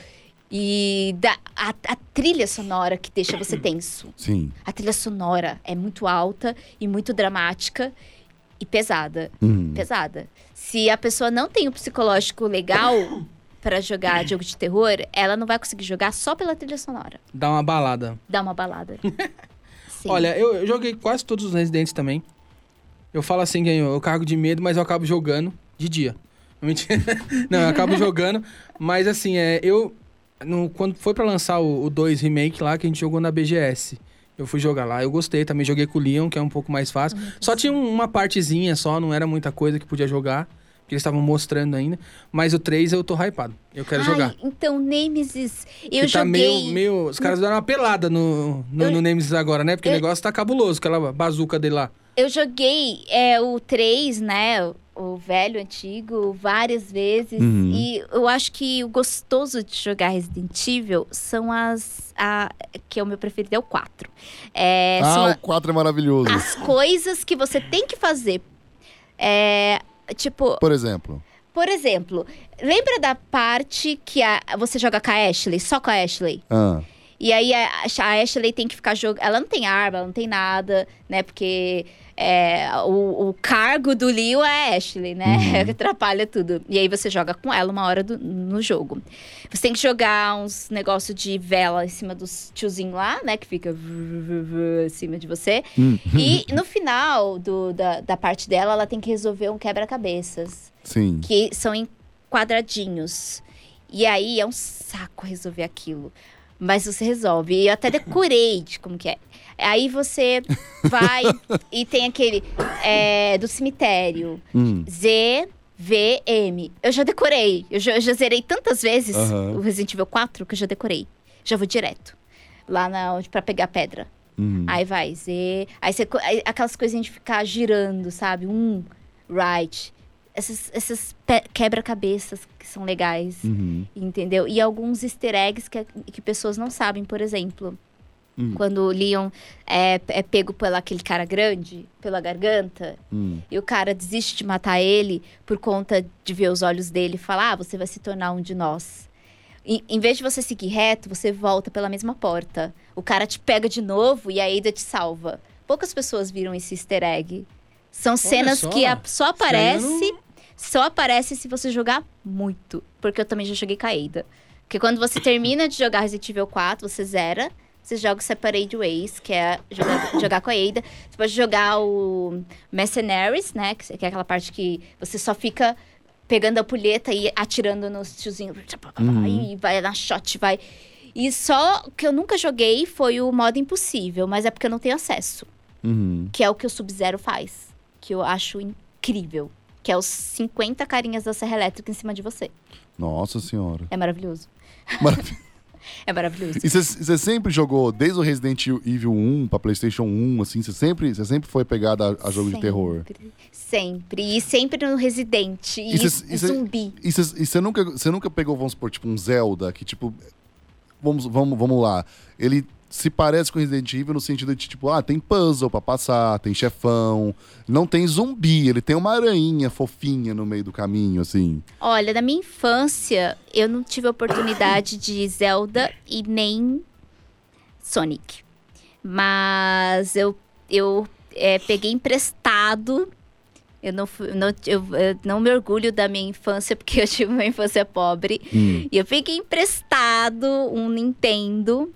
E da- a, a trilha sonora que deixa você tenso.
Sim.
A trilha sonora é muito alta e muito dramática e pesada.
Hum.
Pesada. Se a pessoa não tem um psicológico legal pra jogar jogo de terror, ela não vai conseguir jogar só pela trilha sonora.
Dá uma balada.
Dá uma balada. Sim.
Olha, eu, eu joguei quase todos os Residentes também. Eu falo assim, que eu eu cargo de medo, mas eu acabo jogando de dia. Mentira. Não, eu acabo jogando. Mas assim, é, eu. no- quando foi pra lançar o 2 Remake lá, que a gente jogou na BGS. Eu fui jogar lá, eu gostei também. Joguei com o Leon, que é um pouco mais fácil.
Uhum.
Só tinha um- uma partezinha só, não era muita coisa que podia jogar. Que eles estavam mostrando ainda. Mas o 3 eu tô hypado. Eu quero
Ai,
jogar.
Então, Nemesis, eu
que
joguei.
tá meio, meio. Os caras deram uma pelada no, no,
Eu-
no Nemesis agora, né? Porque o
eu-
negócio tá cabuloso, aquela bazuca dele lá.
Eu joguei é, o 3, né? o- O velho, antigo, várias vezes.
Uhum.
E eu acho que o gostoso de jogar Resident Evil são as. A, que é o meu preferido, é o 4. É, Ah. são
ah,
a-
o 4 é maravilhoso.
as coisas que você tem que fazer. É, tipo,
Por exemplo.
por exemplo, lembra da parte que a, você joga com a Ashley, só com a Ashley?
Ah,
E aí a, a Ashley tem que ficar jogando. Ela não tem arma, ela não tem nada, né? Porque é, o, o cargo do Leo é a Ashley, né?
Uhum.
Que Atrapalha tudo. E aí você joga com ela uma hora do- no jogo. Você tem que jogar uns negócios de vela em cima dos tiozinhos lá, né? Que fica vu- vu- vu em cima de você.
Hum.
E no final do- da, da parte dela, ela tem que resolver um quebra-cabeças
sim.
que são em quadradinhos. E aí é um saco resolver aquilo. Mas você resolve. E eu até decorei de como que é. Aí você vai e tem aquele é, do cemitério.
Hum.
Z, V, M. Eu já decorei. Eu já, eu já zerei tantas vezes
Aham.
o Resident Evil 4 que eu já decorei. Já vou direto. Lá na, onde- pra pegar pedra.
Hum.
Aí vai, Z. Aí você. co- aí aquelas coisinhas de ficar girando, sabe? Um, right. Essas, essas pe- quebra-cabeças que são legais,
Uhum.
entendeu? E alguns easter eggs que, que pessoas não sabem, por exemplo.
Hum.
Quando o Leon é, é pego pelo aquele cara grande, pela garganta,
Hum.
e o cara desiste de matar ele por conta de ver os olhos dele e falar: ah, você vai se tornar um de nós. E, em vez de você seguir reto, você volta pela mesma porta. O cara te pega de novo e a Ada te salva. Poucas pessoas viram esse easter egg. São cenas
só.
que a- só
Isso aí eu
aparece, só aparece se você jogar muito. Porque eu também já joguei com a Ada. Porque quando você termina de jogar Resident Evil 4, você zera. Você joga o Separate Ways, que é jogar, jogar com a Ada. Você pode jogar o Mercenaries, né? Que que é aquela parte que você só fica pegando a pulheta e atirando nos tiozinhos.
Uhum.
E vai na shot, vai. E só o que eu nunca joguei foi o modo impossível, mas é porque eu não tenho acesso.
Uhum.
Que é o que o Sub-Zero faz. Que eu acho incrível. Que é os 50 carinhas da Serra Elétrica em cima de você.
Nossa senhora.
É maravilhoso.
Maravilha.
É maravilhoso.
E você sempre jogou desde o Resident Evil 1 pra PlayStation 1, assim? Você sempre, você sempre foi pegada a, a jogo de terror?
Sempre, Sempre. E sempre no Residente. E,
E cês- e cê-
zumbi.
E você nunca, cê nunca pegou, vamos supor, tipo um Zelda, que tipo. Vamos, vamos, vamos lá. Ele se parece com Resident Evil no sentido de tipo, ah, tem puzzle pra passar, tem chefão, não tem zumbi, ele tem uma aranha fofinha no meio do caminho, assim.
Olha, na minha infância, eu não tive a oportunidade de Zelda e nem Sonic. Mas eu, eu é, peguei emprestado. Eu não, fui- não, eu, eu não me orgulho da minha infância, porque eu tive uma infância pobre.
Hum,
E eu peguei emprestado um Nintendo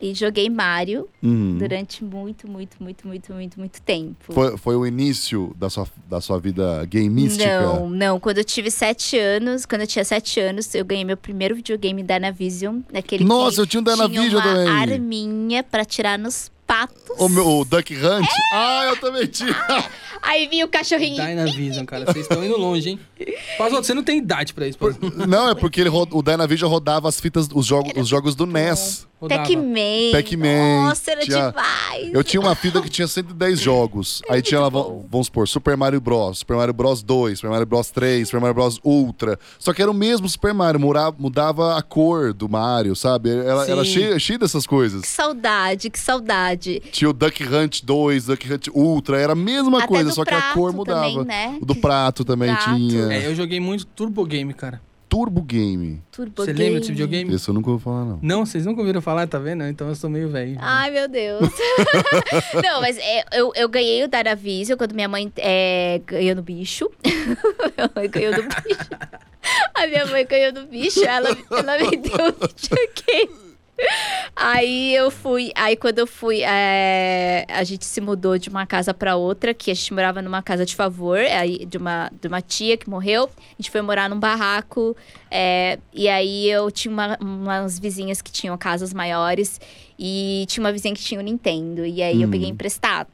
e joguei Mario
uhum.
durante muito, muito, muito, muito, muito, muito tempo.
Foi, foi o início da sua, da sua vida gameística?
Não, não. Quando eu tive sete anos, quando eu tinha sete anos, eu ganhei meu primeiro videogame Dynavision. Naquele
Nossa,
que
eu tinha um Dynavision
tinha uma
também.
arminha pra tirar nos patos.
O, meu, o Duck Hunt?
É!
Ah, eu também tinha.
Aí vinha o cachorrinho.
Dynavision, cara. Vocês estão indo longe, hein? Mas você não tem idade pra isso, pô.
Não, é porque ele, ro- o Dynavision rodava as fitas, os, jogo, os jogos do NES.
Rodava.
Pac-Man.
Pac-Man,
Nossa, era
tinha-
demais.
Eu tinha uma fita que tinha 110 jogos. Aí tinha lá, va- vamos supor, Super Mario Bros, Super Mario Bros 2, Super Mario Bros 3, Super Mario Bros Ultra. Só que era o mesmo Super Mario, mudava, mudava a cor do Mario, sabe? Era, era
Sim.
cheio, cheio dessas
Que
coisas.
saudade, que saudade.
Tinha o Duck Hunt 2, Duck Hunt Ultra, era a mesma
Até
coisa,
do
só que a cor
prato
mudava.
também, né?
O do prato também
Prato.
tinha.
É, eu joguei muito Turbo Game, cara.
Turbo Game.
Turbo
Você
Game.
lembra desse videogame?
Esse eu nunca ouvi falar, não.
Não, vocês nunca ouviram falar, tá vendo? Então eu sou meio velho.
Ai, meu Deus. não, mas é, eu, eu ganhei o Daravision quando minha mãe é, ganhou no bicho. minha mãe ganhou no bicho. A minha mãe ganhou no bicho, ela, ela me deu o videogame. Aí eu fui, aí quando eu fui, é, a gente se mudou de uma casa pra outra, que a gente morava numa casa de favor, aí de uma, de uma tia que morreu. A gente foi morar num barraco, é, e aí eu tinha uma- umas vizinhas que tinham casas maiores, e tinha uma vizinha que tinha o Nintendo, e aí eu
Uhum.
peguei emprestado.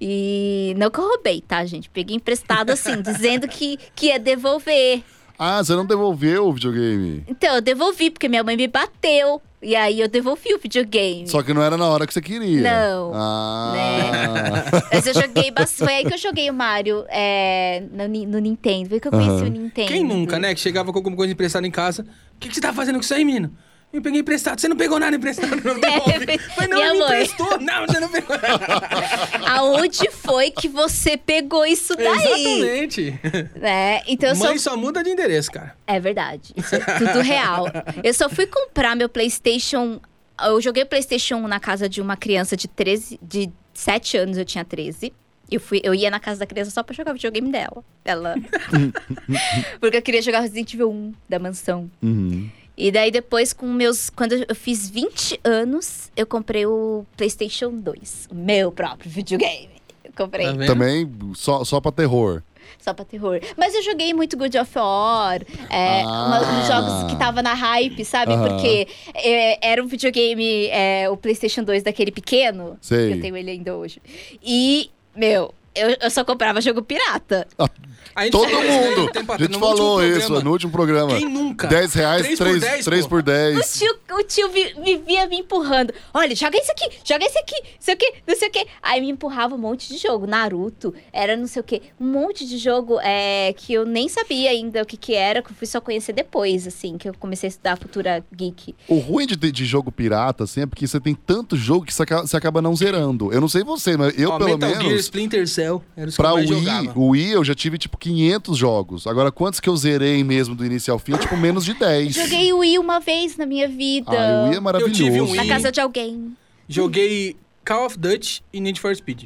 E não que eu roubei, tá, gente? Peguei emprestado assim, dizendo que, que ia devolver.
Ah, você não devolveu o videogame.
Então, eu devolvi, porque minha mãe me bateu. E aí eu devolvi o videogame.
Só que não era na hora que você queria.
Não. Né?
Ah.
Mas eu joguei bastante. Foi aí que eu joguei o Mario é, no, Ni- no Nintendo. Foi aí que eu conheci
Aham.
o Nintendo.
Quem nunca, né? Que chegava com alguma coisa emprestada em casa. O que, que você tá fazendo com isso aí, menino? Eu peguei emprestado. Você não pegou nada emprestado, não
É,
devolve. Mas não,
minha
ele me
mãe.
emprestou. Não, você não pegou
Tá
nada.
Aonde foi que você pegou isso daí?
Exatamente.
Né? Então eu sou
Mãe só muda de endereço, cara. Tá
É verdade. Isso é tudo real. Eu só fui comprar meu PlayStation. Eu joguei PlayStation 1 na casa de uma criança de 13. De 7 anos eu tinha 13. Eu, fui, eu ia na casa da criança só pra jogar o videogame dela. Ela. Porque eu queria jogar Resident Evil 1 da mansão.
Uhum.
E daí depois, com meus. Quando eu fiz 20 anos, eu comprei o PlayStation 2. O meu próprio videogame. Eu comprei.
Tá vendo?
Também só, só pra terror.
Só pra terror. Mas eu joguei muito God of War, é,
Ah.
uma- uns jogos que tava na hype, sabe?
Aham.
Porque é, era um videogame, é, o PlayStation 2 daquele pequeno.
Sei.
que Eu tenho ele ainda hoje. E, meu, eu, eu só comprava jogo pirata.
A gente
Todo
falou isso, né,
mundo!
um tempo
a
atrás,
gente
no último
falou isso
programa.
no último programa.
Quem nunca?
10 reais,
Três por
3,
dez, pô.
por 10.
O tio, o tio vi- vivia me empurrando. Olha, joga isso aqui, joga isso aqui, não sei o quê, não sei o quê. Aí me empurrava um monte de jogo. Naruto, era não sei o quê. Um monte de jogo é, que eu nem sabia ainda o que que era, que eu fui só conhecer depois, assim, que eu comecei a estudar cultura geek.
O ruim de, de jogo pirata, assim, é porque você tem tanto jogo que você aca- você acaba, não zerando. Eu não sei você, mas eu,
Ó,
pelo
Metal Gear,
menos,
Splinter Cell, era os que
pra
eu mais
Wii,
jogava.
o Wii eu já tive, tipo, 500 jogos. Agora, quantos que eu zerei mesmo do início ao fim? É, tipo, menos de 10.
Joguei Wii uma vez na minha vida.
Ah, o Wii é maravilhoso.
tive um
Na
Wii.
casa de alguém.
Joguei Call of Duty e Need for Speed.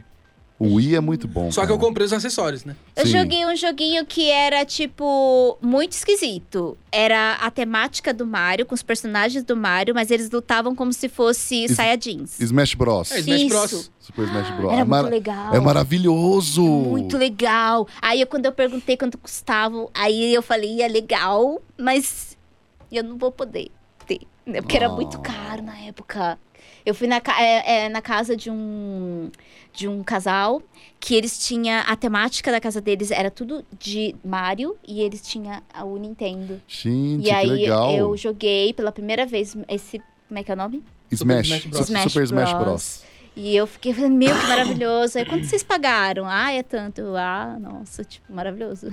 O Wii é muito bom.
Só que eu
cara.
comprei os acessórios, né?
Eu
Sim.
joguei um joguinho que era, tipo, muito esquisito. Era a temática do Mario, com os personagens do Mario, mas eles lutavam como se fosse
Is-
Saiyajins.
Smash Bros.
É Smash
Isso.
Bros.
Super Smash Bros.
Era
É mara-
muito legal.
É maravilhoso.
Muito legal. Aí eu- quando eu perguntei quanto custava, aí eu falei, é legal, mas eu não vou poder ter. né? Porque era
Oh.
muito caro na época. Eu fui na, ca- é- é, na casa de um, de um casal que eles tinham. A temática da casa deles era tudo de Mario e eles tinham a- o Nintendo.
Gente,
e aí
que legal.
eu joguei pela primeira vez esse. Como é que é o nome?
Smash.
Super Smash Bros.
Smash
Super Smash
Bros.
Bros.
E eu fiquei falando, meu, que maravilhoso. Aí quando vocês pagaram? Ah, é tanto. Ah, nossa, tipo, maravilhoso.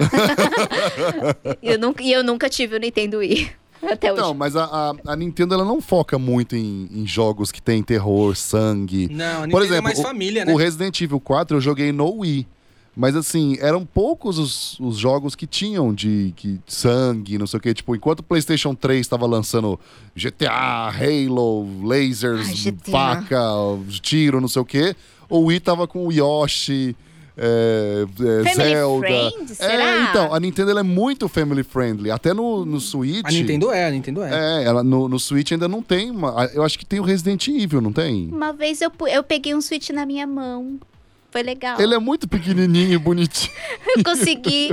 e, eu nunca, e eu nunca tive o Nintendo Wii. Até hoje.
Então, mas a, a, a Nintendo ela não foca muito em, em jogos que tem terror, sangue.
Não, a
Por
Nintendo
exemplo,
é mais
o-
família, né?
O Resident Evil 4 eu joguei no Wii. Mas assim, eram poucos os, os jogos que tinham de que, sangue, não sei o quê. Tipo, enquanto o PlayStation 3 estava lançando GTA, Halo, lasers,
Ai, GTA.
faca, tiro, não sei o quê, o Wii tava com o Yoshi, é, é,
Family
Zelda.
friend,
É,
será?
então, a Nintendo ela é muito family friendly. Até no, no Switch.
A Nintendo é, a Nintendo é.
É, ela, no, no Switch ainda não tem. Uma, eu acho que tem o Resident Evil, não tem?
Uma vez eu, pu- eu peguei um Switch na minha mão. Foi legal.
Ele é muito pequenininho e bonitinho.
Eu consegui.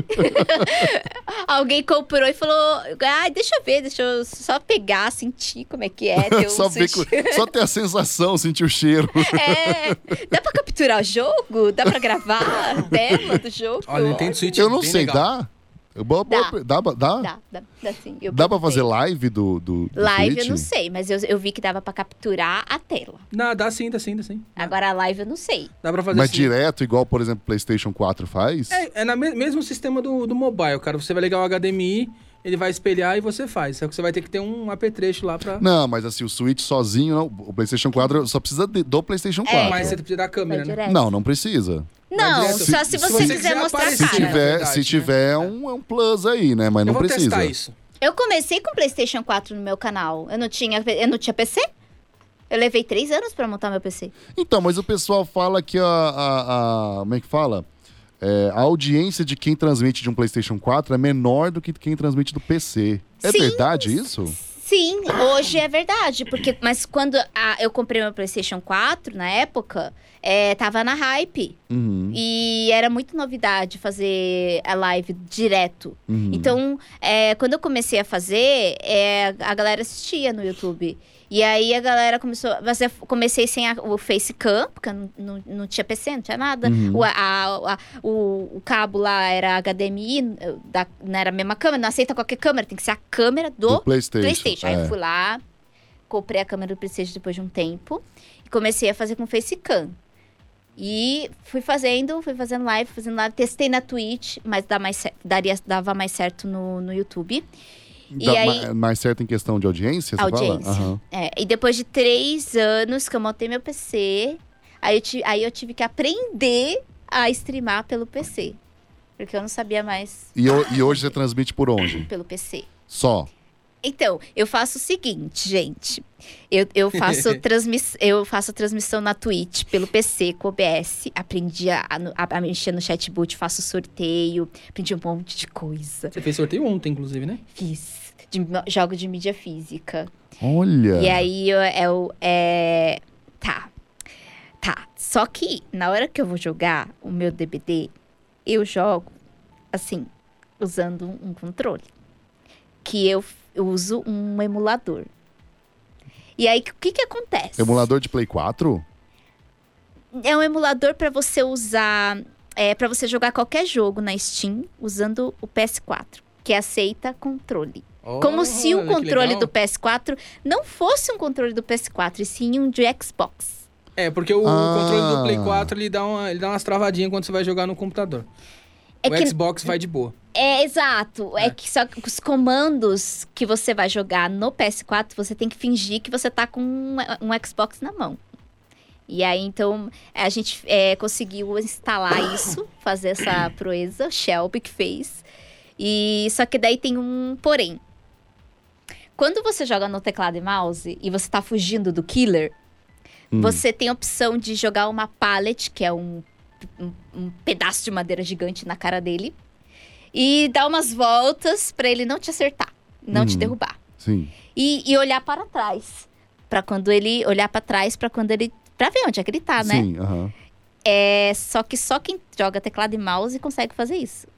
Alguém comprou e falou: ah, deixa eu ver, deixa eu só pegar, sentir como é que é. Ter um
só, ver
Switch."
co- só ter a sensação, sentir o cheiro.
É. Dá pra capturar o jogo? Dá pra gravar a tela do jogo?
Olha, a Nintendo Switch
Eu não
é bem
sei,
legal.
dá? Eu- boa- boa
Dá.
per- Dá? pra- Dá, dá,
Dá, dá, dá sim. Eu
pra
perguntei.
fazer live do, do, do
Live
Switch?
eu não sei, mas eu, eu vi que dava pra capturar a tela.
Não, dá sim, dá sim, dá sim.
Agora a live eu não sei.
Dá pra fazer assim. É,
Mas
sim.
direto, igual, por exemplo, PlayStation 4 faz?
É, é no mesmo sistema do, do mobile, cara. Você vai ligar o HDMI ele vai espelhar e você faz. Só que você vai ter que ter um apetrecho lá pra.
Não, mas assim, o Switch sozinho, não. o PlayStation 4 só precisa de- do PlayStation 4.
É.
Mas você precisa da
Vai
câmera, né?
direto.
Não, não precisa.
Não,
direto.
só se
Se- se
você
você
quiser
quiser
mostrar a
Se
aparecer,
cara.
tiver,
verdade,
se
né?
tiver um, é um plus aí, né? Mas não
Eu vou
precisa.
testar isso.
Eu comecei com o PlayStation 4 no meu canal. Eu não tinha, eu não tinha PC? Eu levei três anos pra montar meu PC.
Então, mas o pessoal fala que a. a- a- como é que fala? É, a audiência de quem transmite de um PlayStation 4 é menor do que quem transmite do PC. É
Sim.
verdade isso?
Sim, hoje é verdade, porque mas quando a- eu comprei meu PlayStation 4 na época, é, tava na hype
Uhum,
e era muito novidade fazer a live direto.
uhum.
Então, é, quando eu comecei a fazer, é, a galera assistia no YouTube. E aí a galera começou. Mas eu comecei sem a- o Facecam, porque eu não, não, não tinha PC, não tinha nada.
Uhum.
O, a- a- a- o- o cabo lá era HDMI, da- não era a mesma câmera, não aceita qualquer câmera, tem que ser a câmera do,
do PlayStation.
PlayStation. Aí
é.
eu fui lá, comprei a câmera do PlayStation depois de um tempo e comecei a fazer com Facecam. E fui fazendo, fui fazendo live, fui fazendo live, testei na Twitch, mas dá mais cer- daria, dava mais certo no, no YouTube. E
Dá
aí-
Então, ma- mais certo em questão de audiência, você
Audiência.
fala? Aham.
É, e depois de três anos que eu montei meu PC, aí eu, ti- aí eu tive que aprender a streamar pelo PC. Porque eu não sabia mais
E, ho- e hoje você transmite por onde?
pelo PC.
Só.
Então, eu faço o seguinte, gente. Eu, eu, faço, transmiss... eu faço transmissão na Twitch pelo PC com OBS. Aprendi a, a, a mexer no chatbot, faço sorteio, aprendi um monte de coisa.
Você fez sorteio ontem, inclusive, né?
Fiz. De, jogo de mídia física.
Olha.
E aí eu, eu- é. Tá. Tá. Só que na hora que eu vou jogar o meu DBD, eu jogo assim, usando um um controle. Que eu, f- eu uso um emulador. E aí, o que que acontece?
Emulador de Play 4?
É um emulador pra você usar. É, para você jogar qualquer jogo na Steam usando o PS4, que aceita controle. Como se o
Olha, Oh, que
controle
legal.
do PS4 não fosse um controle do PS4, e sim um de Xbox.
É, porque o
Ah.
controle do Play 4 ele dá, uma, ele dá umas travadinhas quando você vai jogar no computador.
É
o
que
Xbox vai de boa.
é exato, é.
É.
que só que os comandos que você vai jogar no PS4, você tem que fingir que você tá com um, um Xbox na mão. E aí então a gente é, conseguiu instalar isso, fazer essa proeza, o Shelby que fez. E só que daí tem um porém. Quando você joga no teclado e mouse e você tá fugindo do killer,
Hum.
você tem a opção de jogar uma pallet, que é um, um- um pedaço de madeira gigante na cara dele, e dar umas voltas pra ele não te acertar, não te
Uhum.
derrubar.
Sim.
E, e olhar para trás. Pra quando ele. Olhar pra trás, pra quando ele. Pra ver onde é que ele tá, né?
Sim, aham.
É, só que só quem joga teclado e mouse consegue fazer isso.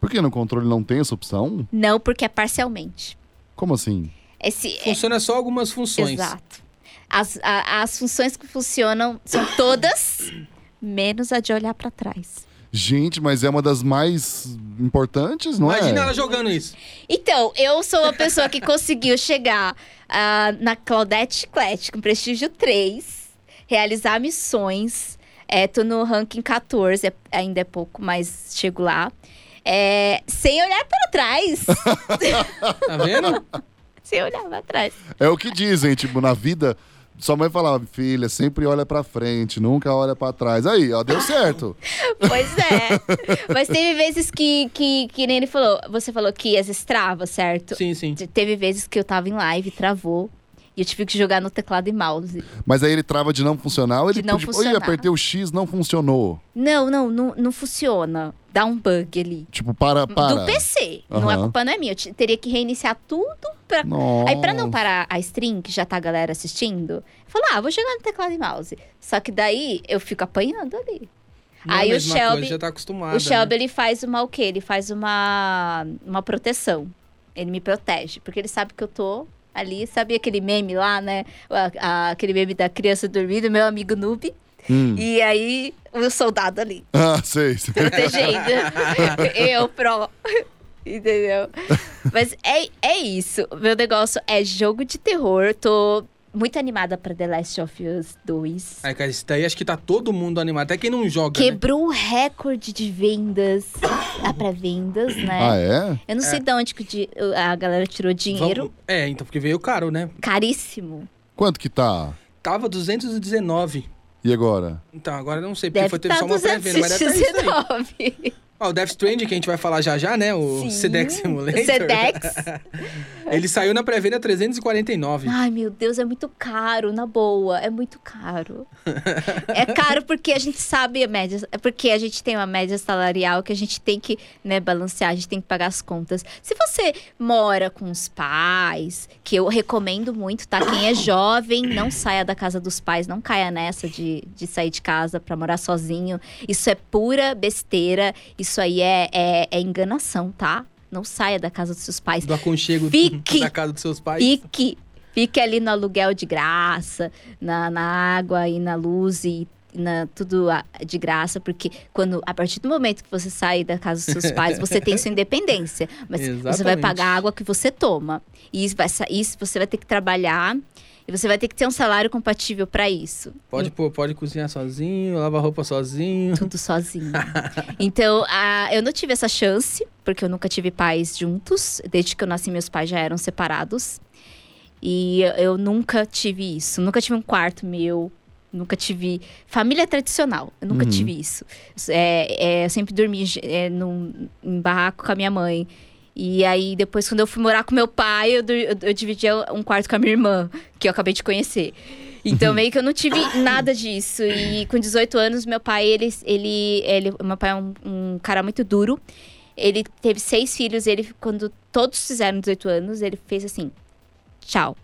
Por que no controle não tem essa opção?
Não porque é parcialmente.
Como assim?
Esse,
Funciona só algumas funções.
É. Exato. As, a- as funções que funcionam são todas, menos a de olhar pra trás.
Gente, mas é uma das mais importantes, não
Imagina
é?
ela jogando isso.
Então, eu sou uma pessoa que conseguiu chegar ah, na Claudette Chiclete com prestígio 3, realizar missões. É, tô no ranking 14, é- ainda é pouco, mas chego lá. É, sem olhar pra trás.
Tá vendo?
sem olhar pra trás.
É o que dizem, tipo, na vida, sua mãe falava, filha, sempre olha pra frente, nunca olha pra trás. Aí, ó, deu certo.
Pois é. Mas teve vezes que, que, que nem ele falou. Você falou que as estravas, certo?
sim, sim.
Te- Teve vezes que eu tava em live, travou. E eu tive que jogar no teclado e mouse.
Mas aí ele trava de não funcionar, ou ele
De não
tipo,
funcionar.
Oi, apertei o X, não funcionou.
Não, não, não, não funciona. Dá um bug ali.
Tipo, para, para.
Do PC. Não,
Aham.
a culpa não é minha. Eu te- teria que reiniciar tudo pra.
Nossa.
Aí, pra não parar a stream, que já tá a galera assistindo, eu falo, ah, vou jogar no teclado e mouse. Só que daí eu fico apanhando ali.
Não é a
Aí o
mesma
Shelby-
coisa, já tá acostumado.
o Shelby, ele faz uma o quê? Ele faz uma, uma proteção. Ele me protege, porque ele sabe que eu tô ali. Sabe aquele meme lá, né? A- a- aquele meme da criança dormindo, meu amigo noob.
Hum.
E aí, o soldado ali,
Ah, sei, sei.
É. protegendo. eu, pro. Entendeu? Mas é, é isso. Meu negócio é jogo de terror. Tô muito animada pra The Last of Us 2.
Aí, cara, isso daí acho que tá todo mundo animado. Até quem não joga. né?
Quebrou o recorde de vendas, a pré-vendas, né?
Ah, é?
Eu não sei de onde que o di- a galera tirou dinheiro.
Vamos- É, então, porque veio caro, né?
Caríssimo.
Quanto que tá?
Tava 219.
E agora?
Então, agora eu não sei, porque
Deve tá
foi teve
estar
só uma pré-venda, mas deve estar isso aí.
219.
Ó, o Death Stranding, que a gente vai falar já já, né? O
Sim.
Sedex Simulator.
Sedex.
Ele saiu na pré-venda 349.
Ai, meu Deus, é muito caro, na boa. É muito caro. é caro porque a gente sabe a média. É porque a gente tem uma média salarial que a gente tem que né, balancear, a gente tem que pagar as contas. Se você mora com os pais, que eu recomendo muito, tá? Quem é jovem, não saia da casa dos pais, não caia nessa de, de sair de casa pra morar sozinho. Isso é pura besteira. Isso aí é, é, é enganação, tá? Não saia da casa dos seus pais.
Do aconchego
Fique-
da casa dos seus pais.
Fique, fique ali no aluguel de graça, na, na água e na luz e na, tudo a- de graça, porque quando a partir do momento que você sai da casa dos seus pais, você tem sua independência, mas você vai
Exatamente.
pagar a água que você toma. E isso, vai, sa- isso você vai ter que trabalhar e você vai ter que ter um salário compatível para isso
Pode, pô, pode cozinhar sozinho, lavar roupa sozinho.
tudo sozinho. Então, a- eu não tive essa chance, porque eu nunca tive pais juntos. Desde que eu nasci, meus pais já eram separados. E eu nunca tive isso. Nunca tive um quarto meu. Nunca tive. Família tradicional. Eu nunca
Uhum.
tive isso. É, é, eu sempre dormi é, num, em barraco com a minha mãe. E aí, depois, quando eu fui morar com meu pai, eu, du- eu, eu dividia um quarto com a minha irmã, que eu acabei de conhecer. Então, meio que eu não tive nada disso. E com 18 anos, meu pai, ele. ele, ele meu pai é um, um cara muito duro. Ele teve seis filhos, ele, quando todos fizeram 18 anos, ele fez assim: tchau.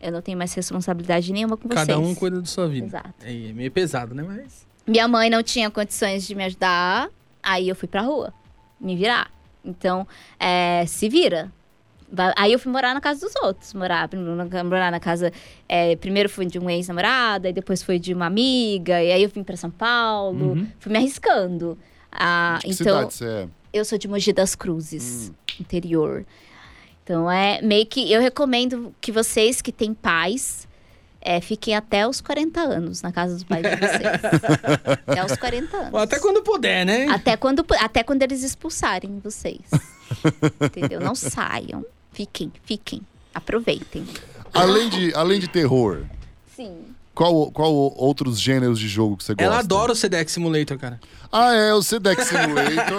Eu não tenho mais responsabilidade nenhuma com vocês.
Cada um cuida da sua vida.
Exato.
É meio pesado, né? Mas.
Minha mãe não tinha condições de me ajudar, aí eu fui pra rua me virar. Então, é, se vira. Va- Aí eu fui morar na casa dos outros, morar, primeiro na ca- morar na casa. é, primeiro fui de uma ex-namorada, e depois foi de uma amiga, e aí eu vim pra São Paulo,
Uhum.
fui me arriscando. Ah,
Que
então,
cidade você é?
eu sou de Mogi das
Hum.
Cruzes, interior. Então é meio que eu recomendo que vocês que têm pais é, fiquem até os 40 anos na casa dos pais de vocês. até os 40 anos.
Ou até quando puder, né?
Até quando, até quando eles expulsarem vocês. Entendeu? Não saiam. Fiquem, fiquem. Aproveitem.
Além de, além de terror,
Sim.
qual, qual outros gêneros de jogo que você gosta?
Ela adora o Sedex Simulator, cara.
Ah, é, o Sedex Simulator.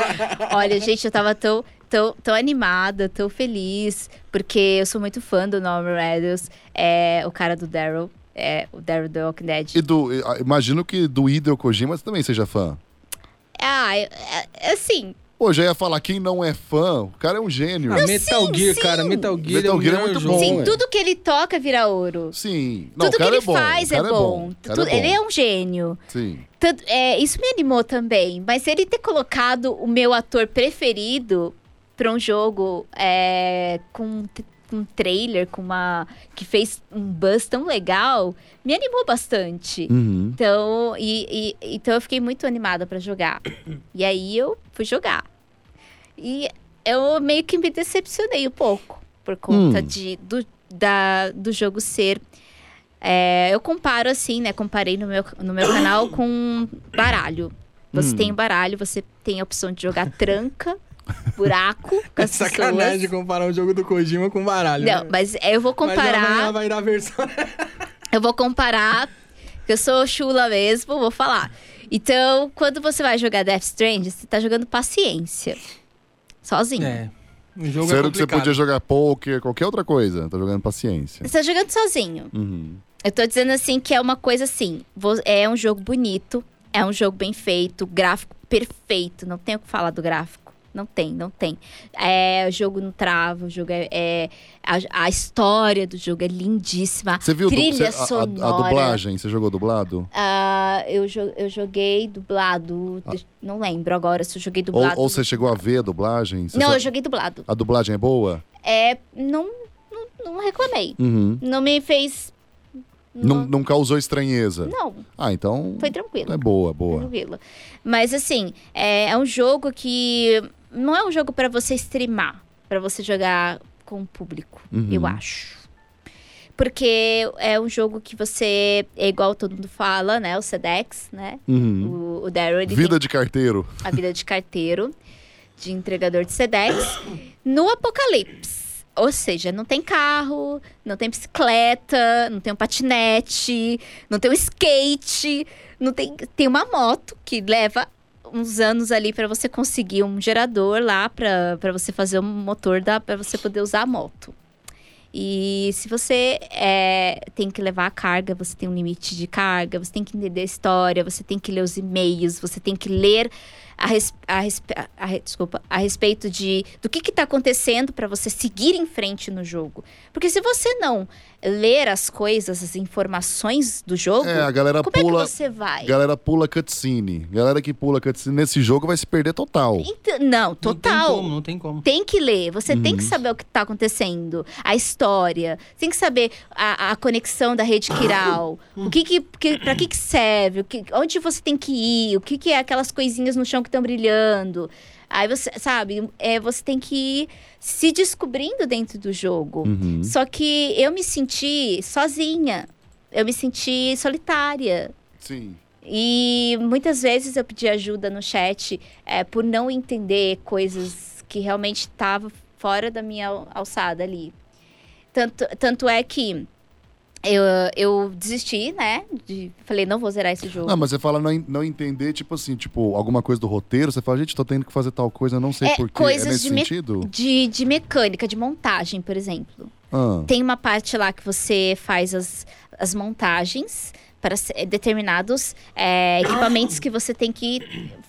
Olha, gente, eu tava tão, tão, tão animada, tão feliz, porque eu sou muito fã do Norman Reedus, é o cara do Daryl, é o Daryl do Walking Dead.
e do, e, ah, imagino que do Hideo Kojima você também seja fã.
Ah, é- é- é assim,
Pô, já ia falar, quem não é fã, o cara é um gênio.
Ah, Metal
sim,
Gear,
sim.
cara. Metal Gear,
Metal
o
Gear é
melhor
muito
jogo.
bom,
sim,
é.
tudo que ele toca vira ouro.
Sim. Não,
tudo
o
que
cara
ele
é bom,
faz
o cara
é bom.
O cara
Tu- Ele é um gênio.
Sim.
Tanto- é, isso me animou também. Mas ele ter colocado o meu ator preferido pra um jogo é, com t- com um trailer, com uma. que fez um buzz tão legal, me animou bastante.
Uhum.
Então, e, e- então eu fiquei muito animada pra jogar. E aí eu fui jogar. E eu meio que me decepcionei um pouco por conta
Hum.
de, do, da, do jogo ser. É, eu comparo assim, né? Comparei no meu, no meu canal com baralho. Você
Hum.
tem o baralho, você tem a opção de jogar tranca, buraco com as
É Sacanagem de
pessoas.
comparar o jogo do Kojima com o baralho.
Não,
né?
mas eu vou
Mas ela vai- ela
comparar.
vai dar a versão.
Eu vou comparar, que eu sou chula mesmo, vou falar. Então, quando você vai jogar Death Stranding, você tá jogando paciência. Sozinho.
É. O jogo é
Sério que você
complicado.
podia jogar poker, qualquer outra coisa. Tá jogando paciência.
Você tá jogando sozinho.
Uhum.
Eu tô dizendo assim que é uma coisa assim. vo- É um jogo bonito, é um jogo bem feito, gráfico perfeito. Não tem o que falar do gráfico. Não tem, não tem. É, o jogo não trava, o jogo é. é- a, a história do jogo é lindíssima.
Você viu du-
Trilha
você- a- a,
sonora.
a dublagem? Você jogou dublado?
Ah, eu, jo- eu joguei dublado. de- Não lembro agora se eu joguei
Ou,
dublado.
ou você chegou a ver a dublagem? Você
Não,
só-
eu joguei dublado.
A dublagem é boa?
É, não, não, não reclamei.
Uhum.
Não me fez.
Não, não causou estranheza?
Não,
Ah, então.
foi tranquilo.
É boa, boa.
Tranquilo. Mas assim, é, é um jogo que. Não é um jogo pra você streamar, pra você jogar com o público,
Uhum.
eu acho. Porque é um jogo que você, é igual todo mundo fala, né? O Sedex, né?
Uhum.
O, o Daryl, ele
Vida de carteiro.
tem a vida de carteiro, de entregador de Sedex, no apocalipse. Ou seja, não tem carro, não tem bicicleta, não tem um patinete, não tem um skate, não tem. Tem uma moto que leva uns anos ali pra você conseguir um gerador lá pra pra você fazer um motor da para você poder usar a moto. E se você é, tem que levar a carga, você tem um limite de carga, você tem que entender a história, você tem que ler os e-mails, você tem que ler a, res, a, respe- a- a re- desculpa, a respeito de do que está acontecendo para você seguir em frente no jogo. Porque se você não ler as coisas, as informações do jogo,
É, a galera
como
pula.
é que você vai?
Galera pula cutscene. Galera que pula cutscene nesse jogo vai se perder total.
Então- não,
Não tem
total.
como, não tem como.
tem que ler, você tem que
Uhum.
saber o que está acontecendo, a história, tem que saber a, a conexão da rede quiral, o que que, que para que que serve, o que, onde você tem que ir, o que que é aquelas coisinhas no chão que estão brilhando. Aí você, sabe, é, você tem que ir se descobrindo dentro do jogo.
Uhum.
Só que eu me senti sozinha, eu me senti solitária.
Sim.
E muitas vezes eu pedi ajuda no chat é, por não entender coisas que realmente estavam fora da minha al- alçada ali. Tanto, tanto é que eu, eu desisti, né? De- falei, não vou zerar esse jogo.
Não, mas você fala não, en- não entender, tipo assim, tipo, alguma coisa do roteiro, você fala, gente, tô tendo que fazer tal coisa, não sei
É,
porquê. É
coisas
nesse
de me-
sentido?
De, de mecânica, de montagem, por exemplo.
Ah,
Tem uma parte lá que você faz as, as montagens para se- determinados é, equipamentos que você tem que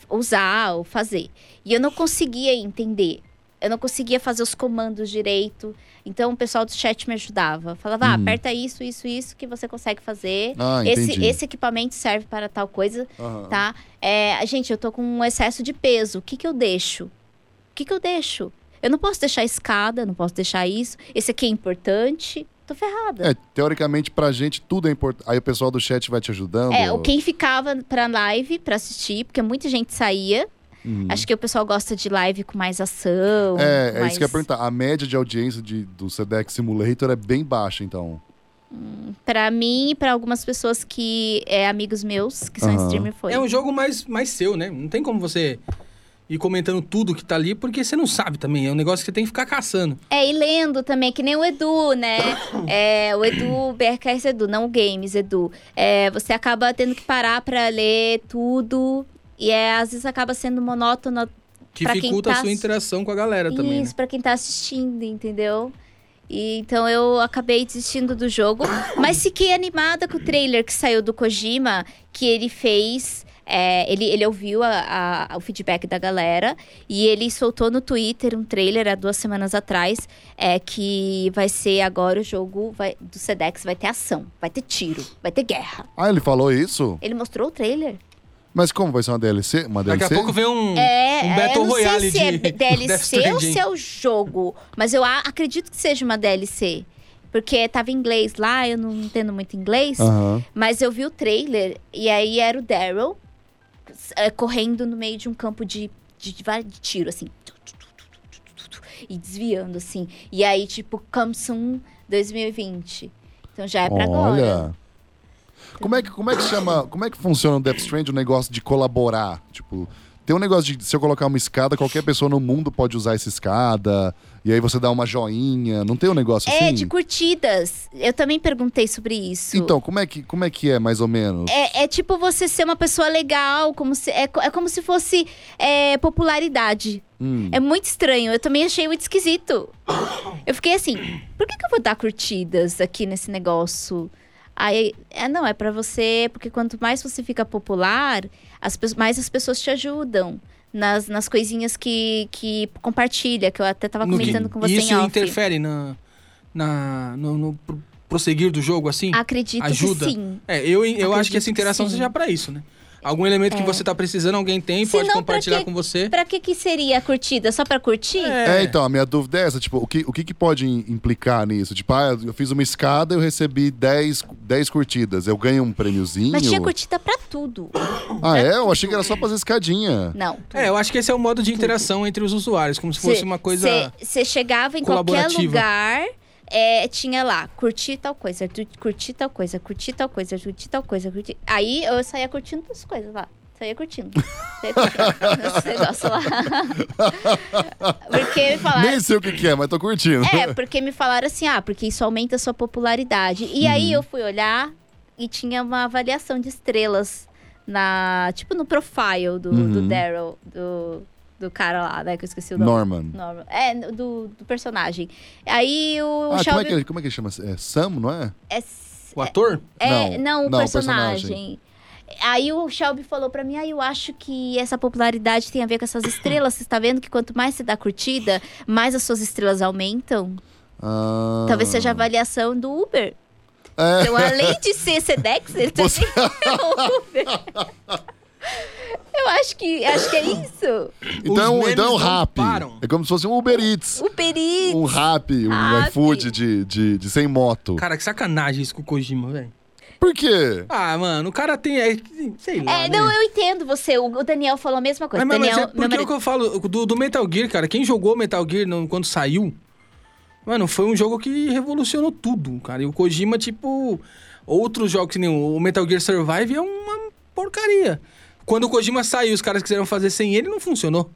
usar ou fazer. E eu não conseguia entender. Eu não conseguia fazer os comandos direito. Então o pessoal do chat me ajudava. Falava, ah,
Uhum.
aperta isso, isso, isso que você consegue fazer.
ah
esse,
entendi.
esse equipamento serve para tal coisa
Aham.
tá? É, gente, eu tô com um excesso de peso. O que que eu deixo? O que que eu deixo? Eu não posso deixar escada, não posso deixar isso. Esse aqui é importante. Tô ferrada.
É, teoricamente, pra gente, tudo é importante. Aí o pessoal do chat vai te ajudando.
É, o quem ficava pra live, pra assistir, porque muita gente saía.
Uhum.
Acho que o pessoal gosta de live com mais ação.
É, é
mais-
isso que eu ia perguntar. A média de audiência de, do Sedex Simulator é bem baixa, então.
Pra mim e pra algumas pessoas que... É, amigos meus, que são
Aham.
streamer, foi.
É um jogo mais, mais seu, né? Não tem como você ir comentando tudo que tá ali, porque você não sabe também. É um negócio que você tem que ficar caçando.
É, e lendo também, que nem o Edu, né? É, o Edu, BRKS Edu, não o Games Edu. É, você acaba tendo que parar pra ler tudo. E é, às vezes acaba sendo monótono Pra quem
Dificulta
tá-
a sua interação com a galera também, né?
isso pra quem tá assistindo, entendeu? E, então eu acabei desistindo do jogo. Mas fiquei animada com o trailer que saiu do Kojima, que ele fez. é, ele, ele ouviu a- a- o feedback da galera e ele soltou no Twitter um trailer há duas semanas atrás é, que vai ser agora o jogo vai- do Sedex, vai ter ação, vai ter tiro, vai ter guerra.
Ah, ele falou isso?
Ele mostrou o trailer?
Mas como vai ser uma DLC? Uma
Daqui
DLC?
a pouco vem um,
É,
um Battle
eu não
Royale
sei se
de
é
Death
DLC ou
Stranding.
se é o jogo, mas eu a- acredito que seja uma DLC. Porque tava em inglês lá, eu não entendo muito inglês,
Ah.
Aham.
mas eu vi o trailer e aí era o Daryl eh, correndo no meio de um campo de, de, de va- de tiro, assim. E desviando, assim. E aí, tipo, Kamsun 2020. Então já é pra agora.
Olha. Como é, que, como é que chama. Como é que funciona o Death Strand o negócio de colaborar? Tipo, tem um negócio de se eu colocar uma escada, qualquer pessoa no mundo pode usar essa escada. E aí você dá uma joinha. Não tem um negócio
É,
assim?
de curtidas. Eu também perguntei sobre isso.
Então, como é, que, como é que é, mais ou menos?
É, é tipo você ser uma pessoa legal, como se, é, co- é como se fosse é, popularidade.
Hum.
É muito estranho, eu também achei muito esquisito. Eu fiquei assim, por que, que eu vou dar curtidas aqui nesse negócio? Aí, é, não, é pra você, porque quanto mais você fica popular, as, pe- mais as pessoas te ajudam. Nas, nas coisinhas que, que compartilha, que eu até tava
no que-
comentando com você
Isso
em off.
interfere na, na, no, no pro- prosseguir do jogo, assim?
Acredito
Ajuda.
que sim.
É, eu, eu acho
Acredito
que essa interação
que sim. É.
seja pra isso, né? Algum elemento que você tá precisando, alguém tem,
Se
pode
não, pra
compartilhar
quê?
com você.
Pra que que seria a curtida? Só pra curtir?
É, então, a minha dúvida é essa, tipo, o que, o que, que pode im- implicar nisso? Tipo, ah, eu fiz uma escada, eu recebi 10, 10 curtidas, eu ganho um prêmiozinho?
Mas tinha curtida pra tudo.
ah, é? Eu achei que era só fazer escadinha.
Não.
É, eu acho que esse é o modo de interação entre os usuários, como se fosse uma coisa.
Você chegava em qualquer
colaborativa.
lugar, é, tinha lá, curtir tal coisa, tu- curtir tal coisa, curtir tal coisa, curtir tal coisa, curtir. Aí eu saía curtindo as coisas lá. Saía curtindo. Saía curtindo esse negócio lá. Porque me falaram.
Nem sei o que, que é, mas tô curtindo.
É, porque me falaram assim, ah, porque isso aumenta a sua popularidade. E
Uhum.
aí eu fui olhar e tinha uma avaliação de estrelas na. Tipo no profile do, do
Uhum.
Daryl, do, do cara lá, né? Que eu esqueci o nome.
Norman.
Norman. É, do, do personagem. Aí o
Ah, como é,
Shelby.
que, ele- como é que ele chama? É Sam, não é?
é-
O ator?
é,
Não,
não, o
não, o personagem.
personagem. Aí o Shelby falou pra mim, ah, eu acho que essa popularidade tem a ver com essas estrelas. Você está vendo que quanto mais você dá curtida, mais as suas estrelas aumentam?
Ah,
Talvez seja a avaliação do Uber.
É.
Então, além de ser Sedex, ele também
Você-
é o Uber. Eu acho que, acho que é isso.
Os
Então,
memes
então é um
não
rap.
param.
É como se fosse um Uber Eats.
Uber Eats.
Um rap, um
Rap.
iFood de, de, de sem moto.
Cara, que sacanagem isso com o Kojima, velho.
Por quê?
Ah, mano, o cara tem. É, sei lá.
É, não,
né?
eu entendo você. O o Daniel falou a mesma coisa.
Mas, mas, mas é
Daniel, meu
porque é o
marido.
que eu falo do, do Metal Gear, cara. Quem jogou Metal Gear no- quando saiu, mano, foi um jogo que revolucionou tudo, cara. E o Kojima, tipo, outros jogos, que nem o Metal Gear Survive, é uma porcaria. Quando o Kojima saiu, os caras quiseram fazer sem ele, não funcionou.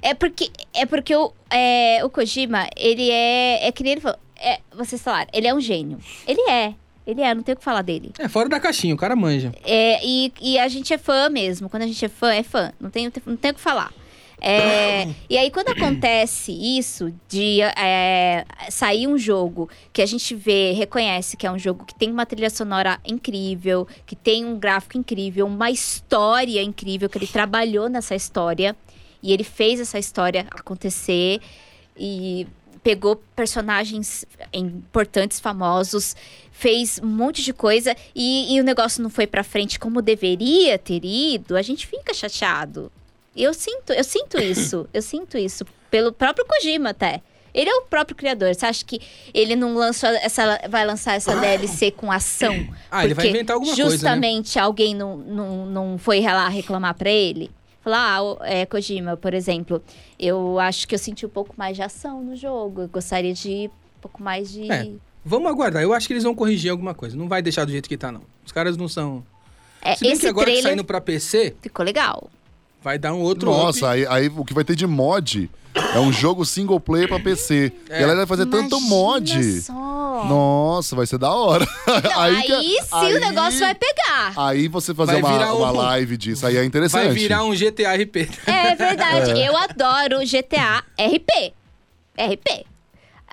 É porque, é porque o, é, o Kojima, ele é. É que nem ele falou. É, vocês falaram, ele é um gênio. Ele é. Ele é, não tem o que falar dele.
É, fora da caixinha, o cara manja.
É, e, e a gente é fã mesmo. Quando a gente é fã, é fã. Não tem, não tem o que falar. É, e aí, quando acontece isso de é, sair um jogo que a gente vê, reconhece que é um jogo que tem uma trilha sonora incrível, que tem um gráfico incrível, uma história incrível, que ele trabalhou nessa história e ele fez essa história acontecer e pegou personagens importantes, famosos, fez um monte de coisa e, e o negócio não foi pra frente como deveria ter ido, a gente fica chateado. Eu sinto, eu sinto isso, eu sinto isso pelo próprio Kojima até. Ele é o próprio criador. Você acha que ele não lançou essa, vai lançar essa DLC com ação?
Ah, ele vai
Porque
inventar alguma coisa. né?
justamente alguém não, não, não foi lá reclamar pra ele. Falar, ah, o- é, Kojima, por exemplo, eu acho que eu senti um pouco mais de ação no jogo. Eu gostaria de um pouco mais de.
É. Vamos aguardar. Eu acho que eles vão corrigir alguma coisa. Não vai deixar do jeito que tá, não. Os caras não são.
É,
Se bem que
esse
agora
trailer
que saindo pra PC,
ficou legal.
vai dar um outro.
Nossa,
up.
aí, aí o que vai ter de mod é um jogo single player pra PC.
É.
E a galera vai fazer é tanto
Imagina
mod.
Só.
Nossa, vai ser da hora.
Não, aí
que-
sim
aí-
o negócio vai pegar.
Aí você fazer
Vai
uma,
virar
uma
um-
live disso, aí é interessante.
vai virar um GTA RP.
É verdade. Eu adoro GTA RP. RP.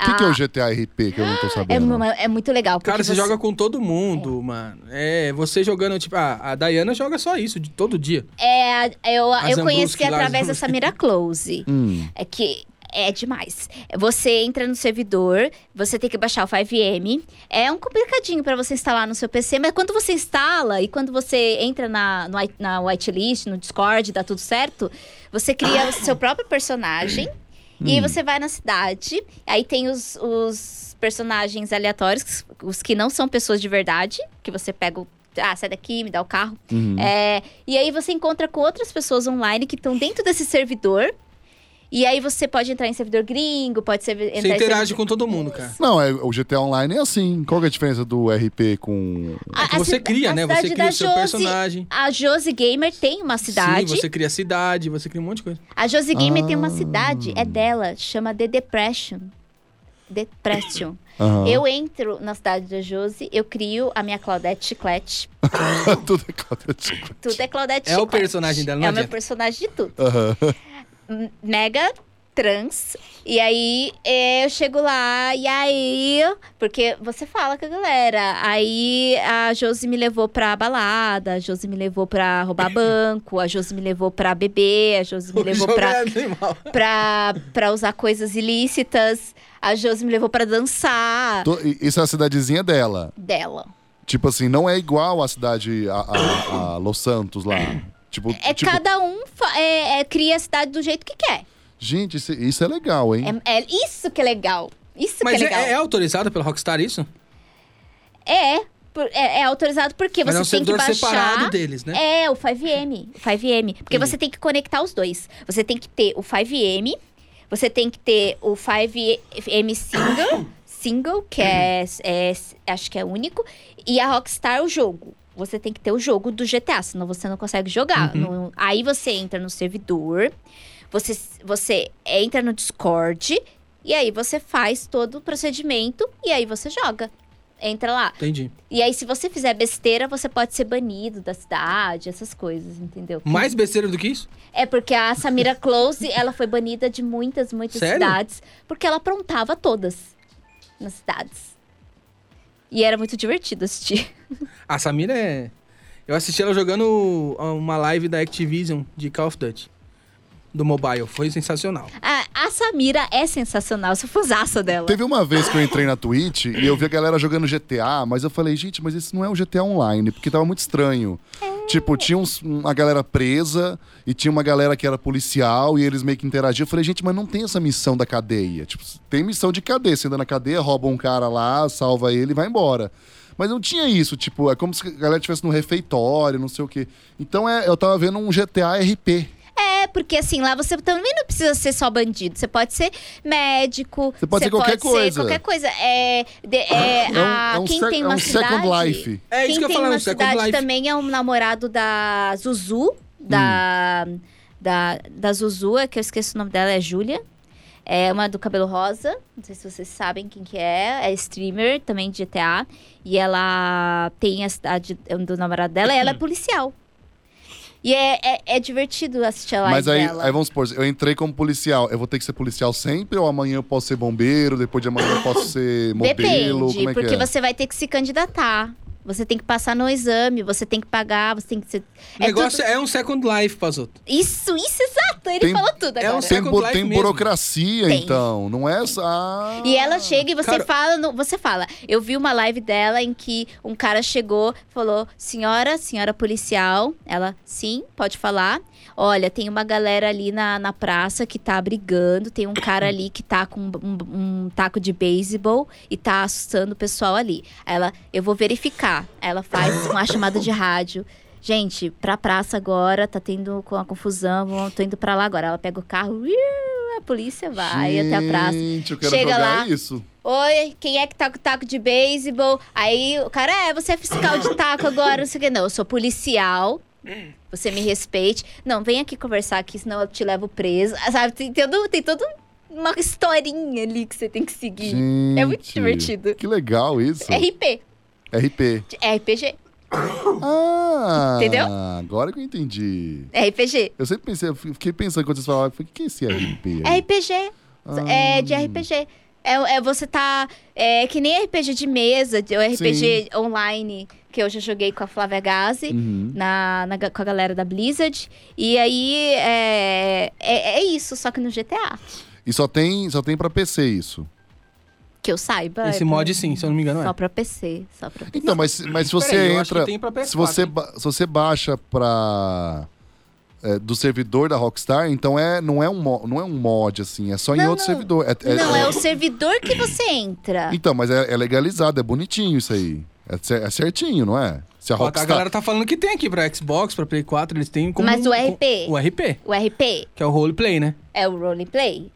O que, que é o GTA RP que eu não tô
Ah. é,
sabendo? Hum,
mu- é muito legal.
Cara,
porque
você, joga com todo mundo, mano. É, você jogando, tipo, a, a Dayana joga só isso, de todo dia.
É, eu,
As
eu conheci
Ambruski lá,
através
as
dessa Miraclose.
Hum.
É que é demais. Você entra no servidor, você tem que baixar o 5M. É um complicadinho pra você instalar no seu PC, mas quando você instala e quando você entra na, no, i- na whitelist, no Discord, dá tudo certo, você cria o seu próprio personagem. E aí você vai na cidade, aí tem os, os personagens aleatórios, os que não são pessoas de verdade, que você pega o. Ah, sai daqui, me dá o carro.
Uhum.
É, e aí você encontra com outras pessoas online que estão dentro desse servidor. E aí você pode entrar em servidor gringo, pode ser, entrar
Você
em
interage
servidor...
com todo mundo, cara.
Não, é, o GTA Online é assim. Qual que é a diferença do RP com.
A- a
você
cida-
cria,
a
né?
cidade
Você cria
da
o seu
Josi-
personagem.
A Josi Gamer tem uma cidade.
Sim, você cria a cidade, você cria um monte de coisa.
A Josi Gamer tem
Ah.
uma cidade, é dela, chama The Depression. Depression.
Ah.
Aham.
Eu entro na cidade da Josi, eu crio a minha Claudette Chiclete.
Tudo é quadrado.
Tudo é Claudette
É o
Chiclete.
personagem dela, não
É o meu
adianta.
personagem de tudo.
Aham.
m- mega trans. E aí é, eu chego lá, e aí. Porque você fala com a galera. Aí a Josi me levou pra balada, a Josi me levou pra roubar banco, a Josi me levou pra beber, a Josi me
O
levou
jogo
pra
é animal.
pra, pra usar coisas ilícitas, a Josi me levou pra dançar
Tô- e- Isso é a cidadezinha dela.
dela.
Tipo assim, não é igual a cidade, a, a- a Los Santos lá. Tipo,
É
tipo,
cada um fa- é- é, cria a cidade do jeito que quer.
gente, isso, isso é legal, hein?
É, é isso que é legal. Isso
Mas
que
é,
é legal.
é autorizado pela Rockstar isso?
É, por- é, é autorizado porque
Mas é um
você tem que
servidor
baixar.
separado deles, né?
É, o 5M. O 5M. Porque
Entendi.
você tem que conectar os dois. Você tem que ter o 5M, você tem que ter o 5M single, single, que é, é- Acho que é único. E a Rockstar, o jogo. Você tem que ter o jogo do GTA, senão você não consegue jogar.
Uhum.
No- aí você entra no servidor, você, você entra no Discord, e aí você faz todo o procedimento, e aí você joga. Entra lá.
Entendi.
E aí, se você fizer besteira, você pode ser banido da cidade, essas coisas, entendeu?
Mais besteira do que isso?
É porque a Samira Close, ela foi banida de muitas, muitas
Sério?
cidades, porque ela aprontava todas nas cidades. E era muito divertido assistir.
A Samira é. Eu assisti ela jogando ah, uma live da Activision de Call of Duty. Do mobile. Foi sensacional.
A, a Samira é sensacional, eu sou fãzaça dela.
Teve uma vez que eu entrei na Twitch e eu vi a galera jogando GTA, mas eu falei, gente, mas esse não é um GTA online, porque tava muito estranho. Tipo, tinha uns- uma galera presa e tinha uma galera que era policial e eles meio que interagiam. Eu falei, gente, mas não tem essa missão da cadeia. Tipo, tem missão de cadeia. Você anda na cadeia, rouba um cara lá, salva ele e vai embora. Mas não tinha isso, tipo, é como se a galera estivesse no refeitório, não sei o quê. Então é, eu tava vendo um GTA RP.
É, porque assim, lá você também não precisa ser só bandido. Você pode ser médico.
Você pode ser qualquer coisa.
qualquer coisa. É, de- é,
É um,
a-
é um
quem
sec-
tem
é
uma
um
cidade...
Second Life.
É
Quem
isso que eu
tem
falava,
uma
no Second
cidade
Life.
também é um namorado da Zuzu, da, da, da Zuzu, é que eu esqueço o nome dela, é Júlia. É uma do cabelo rosa, não sei se vocês sabem quem que é, é streamer também de GTA. E ela tem a cidade do namorado dela, e ela é policial. E é, é, é divertido assistir a live
Mas aí,
dela.
aí vamos supor, eu entrei como policial, eu vou ter que ser policial sempre ou amanhã eu posso ser bombeiro, depois de amanhã eu posso ser modelo,
Depende,
como é
porque
que é?
você vai ter que se candidatar. Você tem que passar no exame, você tem que pagar, você tem que ser.
O negócio é um Second Life, Pazoto.
Isso, isso, exato. Ele
Tem-
falou tudo
É um
agora.
Tem,
Second
bu-
Life
tem
mesmo.
burocracia,
Tem.
então, não é essa... Ah,
E ela chega e você
Cara-
fala, no- você fala. Eu vi uma live dela em que um cara chegou, falou: "Senhora, senhora policial". Ela: "Sim, pode falar". Olha, tem uma galera ali na, na praça que tá brigando, tem um cara ali que tá com um, um- um taco de beisebol e tá assustando o pessoal ali. Aí Ela: "Eu vou verificar". Aí Ela faz uma chamada de rádio. Gente, pra praça agora, tá tendo com a confusão, vão- tô indo pra lá agora. Ela pega o carro, iu, a polícia vai até a praça.
Gente, eu quero
Chega
jogar
lá.
isso.
Oi, quem é que tá com taco de beisebol? Aí o cara, é, você é fiscal de taco agora, não sei o que. Não, eu sou policial. Você me respeite. Não, vem aqui conversar aqui, senão eu te levo preso. Ah, Sabe, tem todo, tem todo uma historinha ali que você tem que seguir.
Gente,
É muito divertido. É
Que legal isso.
RP.
RP.
É RPG.
Ah,
Entendeu?
agora que eu entendi.
É RPG.
Eu sempre pensei, eu fiquei pensando quando vocês falavam, eu falei, o que é esse RP?
É RPG.
Ah.
É de RPG. É, é você tá. É que nem RPG de mesa, de- ou RPG online, que eu já joguei com a Flávia Gazi.
Uhum.
na, na ga- com a galera da Blizzard. E aí é, é, é isso, só que no GTA.
E só tem, só tem pra PC isso.
Que eu saiba. é
Esse
pra-
mod sim, se eu não me engano,
Só
é.
pra PC. Só pra PC.
Então, mas, mas se você
Peraí, eu acho que
entra.
tem pra
se,
PS4,
você,
hein?
ba- se você baixa pra. é, do servidor da Rockstar, então é, não, é um, mo- não é um mod, assim, é só em
Não,
outro
não.
servidor. É, é-
Não,
é-
é o servidor que você entra.
Então, mas é, é legalizado, é bonitinho isso aí. É, cer- é certinho, não é? Se a
Ó, A
Rockstar.
galera tá falando que tem aqui pra Xbox, pra Play 4, eles têm como.
Mas o
com-
RP?
O RP,
O RP
que é o roleplay, né?
é o roleplay.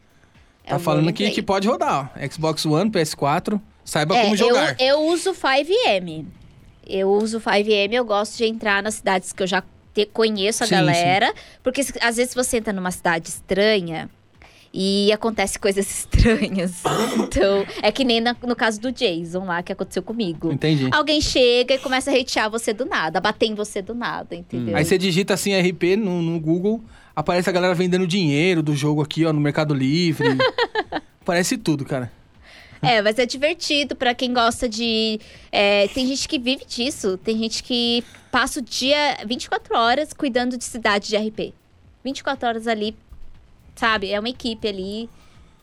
É
tá
o
falando aqui
roleplay.
que pode rodar, ó. Xbox One, PS4, saiba
É,
como jogar.
Eu, eu uso o 5M. Eu uso o 5M, eu gosto de entrar nas cidades que eu já te- conheço a
Sim,
galera. Porque se- às vezes você entra numa cidade estranha e acontece coisas estranhas. então, é que nem na- no caso do Jason lá que aconteceu comigo.
Entendi.
Alguém chega e começa a hatear você do nada, a bater em você do nada, entendeu?
Hum. Aí você digita assim RP no, no Google, aparece a galera vendendo dinheiro do jogo aqui, ó, no Mercado Livre. Parece tudo, cara.
É, mas é divertido pra quem gosta de. é, tem gente que vive disso. Tem gente que passa o dia 24 horas cuidando de cidade de RP. 24 horas ali, sabe? É uma equipe ali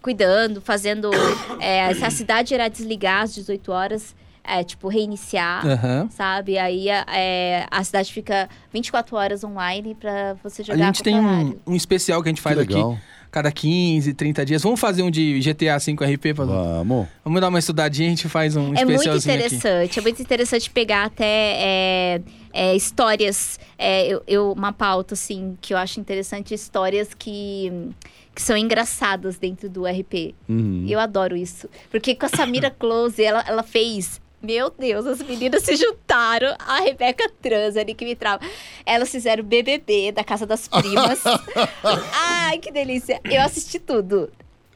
cuidando, fazendo. é, se a cidade irá desligar às 18 horas, é, tipo, reiniciar.
Aham.
Sabe? Aí é, a cidade fica 24 horas online pra você
A
jogar
gente
a qualquer
tem um,
horário.
um especial que a gente
que
faz aqui.
legal.
cada 15, 30 dias. Vamos fazer um de GTA V RP, Pazuzu?
Vamos.
Vamos dar uma estudadinha, a gente faz um
É muito
especialzinho aqui.
interessante, é muito interessante pegar até é, é, histórias, é, eu, eu- uma pauta assim que eu acho interessante, histórias que, que são engraçadas dentro do RP.
Hum.
Uhum.
Eu adoro isso, porque com a Samira Close ela, ela fez. Meu Deus, as meninas se juntaram. A Rebeca Trans, a Nick Vitral. Elas fizeram BBB da Casa das Primas. Ai, que delícia. Eu assisti tudo.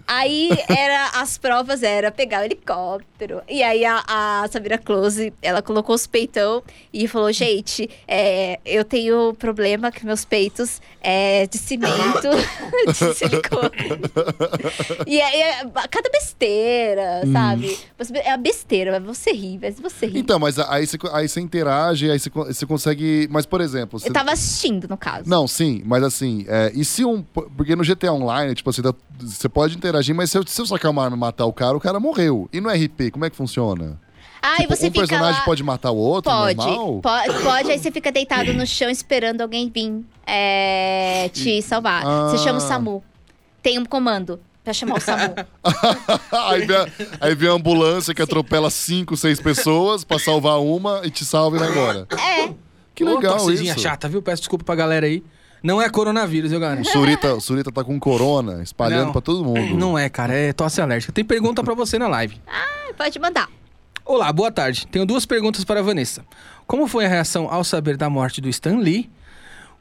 Aí era, as provas era pegar o helicóptero. E aí a, a Samira Close, ela colocou os peitão e falou: gente, é, eu tenho problema com meus peitos é, de cimento, de silicone. e aí é, cada besteira, sabe? Você- é a besteira, mas você ri, mas você ri.
Hum. Então, mas aí você, aí você interage, aí você, co- você consegue. Mas, por exemplo. Você...
eu tava assistindo, no caso.
Não, sim, mas assim, é, e se um. Porque no GTA Online, tipo assim, dá- você pode interagir, mas se eu, se eu sacar uma arma e matar o cara, o cara morreu. E no RP, como é que funciona?
Aí
Tipo,
você
um
fica
personagem
lá.
pode matar o outro,
Pode,
normal?
po- pode, aí você fica deitado no chão esperando alguém vir é, te salvar.
Ah.
Você chama o SAMU. Tem um comando pra chamar o SAMU.
aí, vem a, aí vem a ambulância que atropela cinco, seis pessoas pra salvar uma e te salva e vai embora.
é,
Que
Ô,
legal
torcidinha
isso.
chata, viu? Peço desculpa pra galera aí. Não é coronavírus, viu, galera?
O Surita, o Surita tá com corona, espalhando
Não.
pra todo mundo.
Não é, cara, é tosse alérgica. Tem pergunta pra você na live.
pode mandar.
Olá, boa tarde. Tenho duas perguntas para a Vanessa. Como foi a reação ao saber da morte do Stan Lee?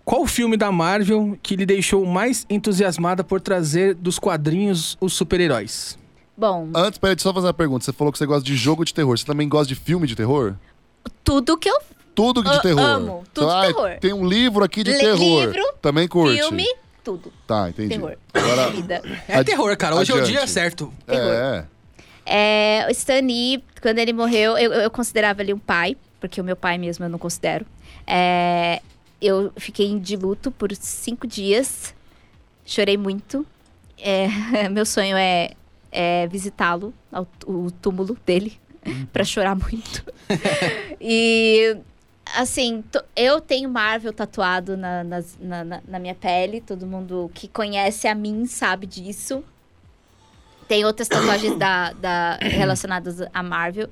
Qual filme da Marvel que lhe deixou mais entusiasmada por trazer dos quadrinhos os super-heróis?
Bom,
Antes, peraí, deixa eu só fazer uma pergunta. Você falou que você gosta de jogo de terror. Você também gosta de filme de terror?
tudo que eu
Tudo que de
Eu
terror.
amo, tudo
Então,
de
ah,
terror.
Tem um livro aqui de
Le-
terror.
livro,
também curte.
filme, tudo.
Tá, entendi.
Terror.
Agora,
Vida.
É
Ad-
terror, cara. Hoje é o dia
adiante.
certo.
é.
É, o Stan Lee, quando ele morreu, eu, eu considerava ele um pai, porque o meu pai mesmo eu não considero. É, eu fiquei de luto por cinco dias, chorei muito. É, meu sonho é, é visitá-lo, ao- o túmulo dele, pra chorar muito. e assim, to- eu tenho Marvel tatuado na, nas- na- na- na minha pele. Todo mundo que conhece a mim sabe disso. Tem outras tatuagens da, da- relacionadas a Marvel.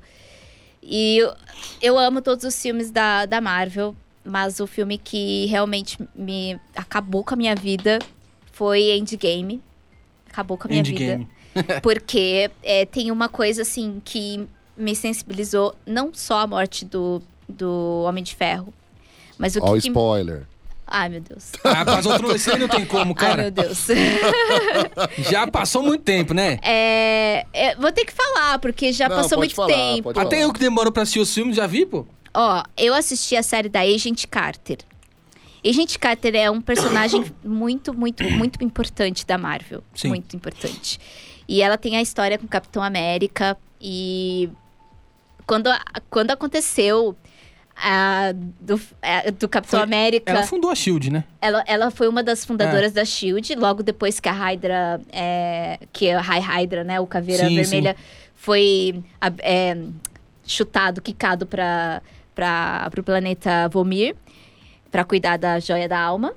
E eu, eu amo todos os filmes da, da Marvel, mas o filme que realmente me acabou com a minha vida foi Endgame. Acabou com a minha vida.
Endgame.
Porque é, tem uma coisa assim que me sensibilizou não só a morte do, do Homem de Ferro, mas o
Ó, o
que. que...
spoiler.
Ai, meu Deus.
Ah, mas outro esse aí não tem como,
Ai, meu
cara.
Deus.
Já passou muito tempo, né?
É, é, vou ter que falar, porque já
Não,
passou
pode
muito
falar,
tempo.
pode falar.
Até eu que demoro pra assistir os filmes, já vi, pô.
Ó, eu assisti a série da Agent Carter. Agent Carter é um personagem muito, muito, muito importante da Marvel.
Sim.
Muito importante. E ela tem a história com o Capitão América. E quando, a- quando aconteceu a, do, a- do Capitão
Foi-
América,
Ela Ah.
ela...
fundou a SHIELD, né?
Ela, foi uma das fundadoras da SHIELD. Logo depois que a Hydra, é, que a High Hydra, né, o Caveira
Sim, sim.
Vermelha, foi a- é, chutado, quicado para o planeta Vomir, para cuidar da joia da alma.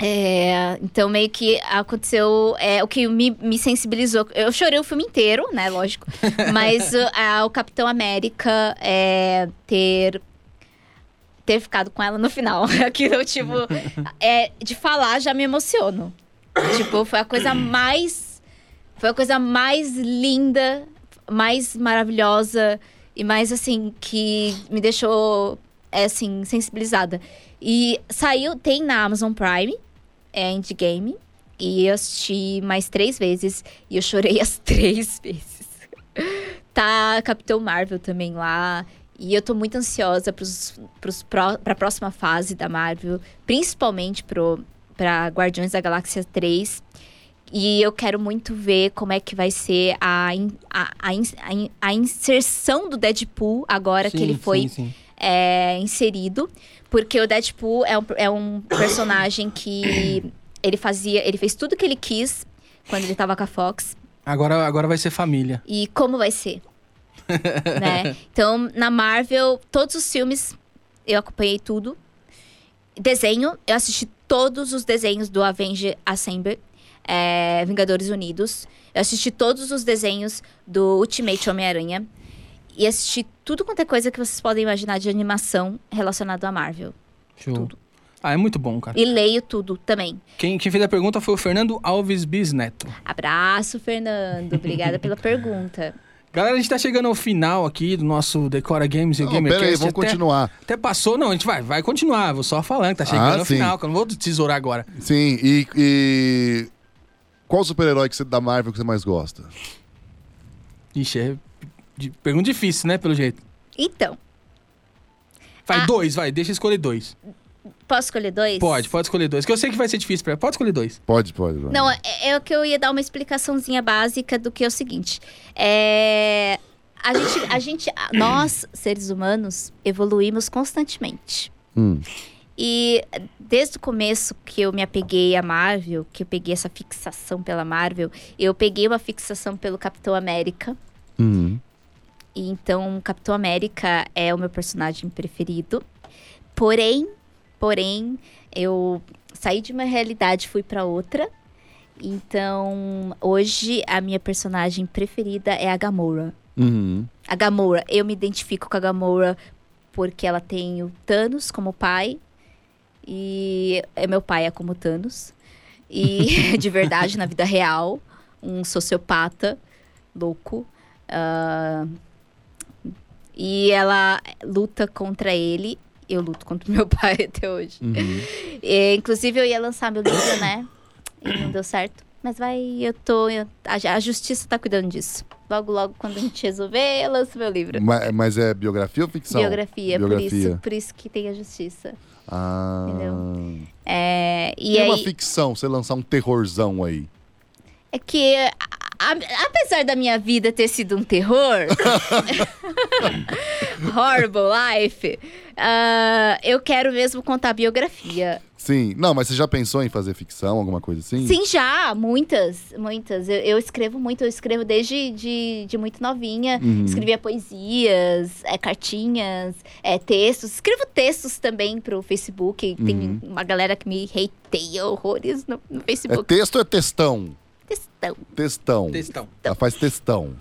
É, então, meio que aconteceu é, o que me, me sensibilizou. Eu chorei o filme inteiro, né? Lógico. Mas o, a- o Capitão América é, ter, ter ficado com ela no final. Aquilo, tipo, é, de falar já me emociono. Tipo, foi a coisa mais. Foi a coisa mais linda, mais maravilhosa e mais assim, que me deixou é, assim, sensibilizada. E saiu, tem na Amazon Prime, é Endgame. E eu assisti mais três vezes e eu chorei as três vezes. tá Capitão Marvel também lá. E eu tô muito ansiosa pros, pros pró- pra próxima fase da Marvel, principalmente pro, pra Guardiões da Galáxia 3. E eu quero muito ver como é que vai ser a, in- a, a, in- a in- a inserção do Deadpool agora que
Sim,
ele foi
sim, sim.
é, inserido, porque o Deadpool é um, é um personagem que ele fazia, ele fez tudo que ele quis quando ele tava com a Fox.
Agora, agora vai ser família.
E como vai ser? né? Então, na Marvel, todos os filmes eu acompanhei tudo. Desenho, eu assisti todos os desenhos do Avenger Assemble. é, Vingadores Unidos. Eu assisti todos os desenhos do Ultimate Homem-Aranha. E assisti tudo quanto é coisa que vocês podem imaginar de animação relacionada à Marvel.
Show. Ah, é muito bom, cara.
E leio tudo também.
Quem, quem fez a pergunta foi o Fernando Alves Bisneto.
Abraço, Fernando. Obrigada pela pergunta.
Galera, a gente tá chegando ao final aqui do nosso Decora Games e
Não,
Gamercast.
pera aí, vamos
Até-
continuar.
Até passou, não, a gente vai, vai continuar. Vou só falando que tá chegando
Ah,
ao
sim.
final, que eu não vou tesourar agora.
Sim, e, e qual super-herói que você da Marvel que você mais gosta?
Ixi, é de- pergunta difícil, né, pelo jeito.
Então,
Vai,
Ah.
dois, vai, deixa eu escolher dois.
posso escolher dois?
Pode, pode escolher dois, que eu sei que vai ser difícil pra Pode escolher dois.
Pode, pode. vai.
Não, é, é o que eu ia dar uma explicaçãozinha básica do que é o seguinte. É, a gente, a gente, a- nós seres humanos evoluímos constantemente.
Hum.
E desde o começo que eu me apeguei à Marvel, que eu peguei essa fixação pela Marvel, eu peguei uma fixação pelo Capitão América.
Hum.
E então, Capitão América é o meu personagem preferido. Porém, porém, eu saí de uma realidade e fui para outra. Então, hoje a minha personagem preferida é a Gamora.
Uhum.
A Gamora, eu me identifico com a Gamora porque ela tem o Thanos como pai. E é, meu pai é como Thanos. E de verdade, na vida real, um sociopata louco. Ah, e ela luta contra ele. Eu luto contra meu pai até hoje.
Uhum.
E, inclusive, eu ia lançar meu livro, né? E não deu certo. Mas vai, eu tô. eu- a, ju- a justiça tá cuidando disso. Logo, logo, quando a gente resolver, eu lanço meu livro.
Ma- Mas é biografia ou ficção?
Biografia, por
Biografia.
isso, por isso que tem a justiça.
Ah.
É, e
E é
aí,
uma ficção, você lançar um terrorzão aí.
é que a- a- apesar da minha vida ter sido um terror, horrible life, ah, eu quero mesmo contar a biografia.
Sim. Não, mas você já pensou em fazer ficção, alguma coisa assim?
Sim, já, muitas, muitas. Eu, eu escrevo muito, eu escrevo desde de, de muito novinha.
Uhum.
Escrevia poesias, é, cartinhas, é, textos. Escrevo textos também pro Facebook. Tem
Uhum.
uma galera que me hateia horrores no, no
É
Facebook.
texto ou é textão?
Textão.
Textão.
Textão.
Ela faz textão.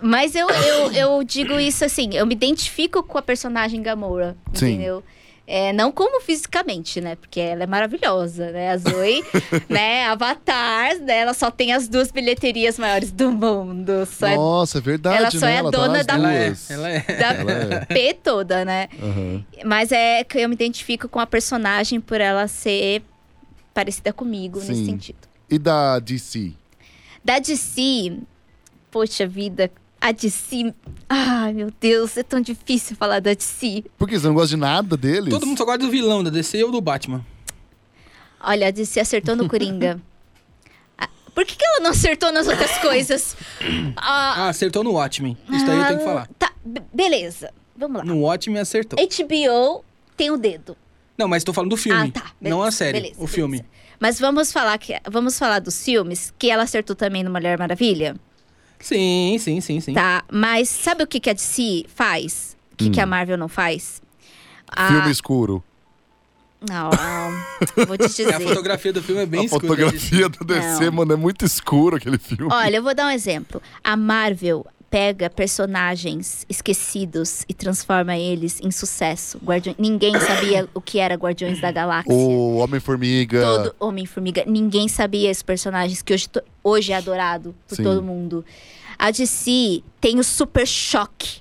Mas eu, eu, eu digo isso assim, eu me identifico com a personagem Gamora,
Sim.
entendeu? É, não como fisicamente, né? Porque ela é maravilhosa, né? A Zoe, né? Avatar, né? Ela só tem as duas bilheterias maiores do mundo. Só é
Nossa, é verdade,
Ela só
né?
é a
tá
dona
nas
da-
Ela é,
duas.
ela é.
da
Ela é.
P toda, né?
Aham.
Mas é que eu me identifico com a personagem por ela ser parecida comigo
Sim.
nesse sentido.
E da DC?
Da DC, poxa vida, a DC. Ai, meu Deus, é tão difícil falar da DC.
Por que você não gosta de nada deles?
Todo mundo só gosta do vilão da DC ou do Batman.
Olha, a DC acertou no Coringa. Ah, Por que, que ela não acertou nas outras coisas? Ah,
Ah, acertou no Watchmen. Isso daí eu tenho que falar.
Tá, be- beleza. Vamos lá.
No Watchmen acertou.
HBO tem o dedo.
Não, mas tô falando do filme.
Ah, tá. Beleza,
não a série.
beleza,
o filme.
beleza. Mas vamos falar, que, vamos falar dos filmes que ela acertou também no Mulher Maravilha?
Sim, sim, sim, sim.
Tá, mas sabe o que, que a DC faz? O que, que a Marvel não faz? A-
Filme escuro.
Não, não. Vou te
E É A
dizer.
fotografia do filme é bem
a
escura.
fotografia do DC, mano, é muito escuro aquele filme.
Olha, eu vou dar um exemplo. A Marvel pega personagens esquecidos e transforma eles em sucesso. Guardiã- Ninguém sabia o que era Guardiões da Galáxia.
O Homem-Formiga.
Todo Homem-Formiga. Ninguém sabia esses personagens que hoje, to- hoje é adorado por
Sim.
todo mundo. A DC tem o Super Choque.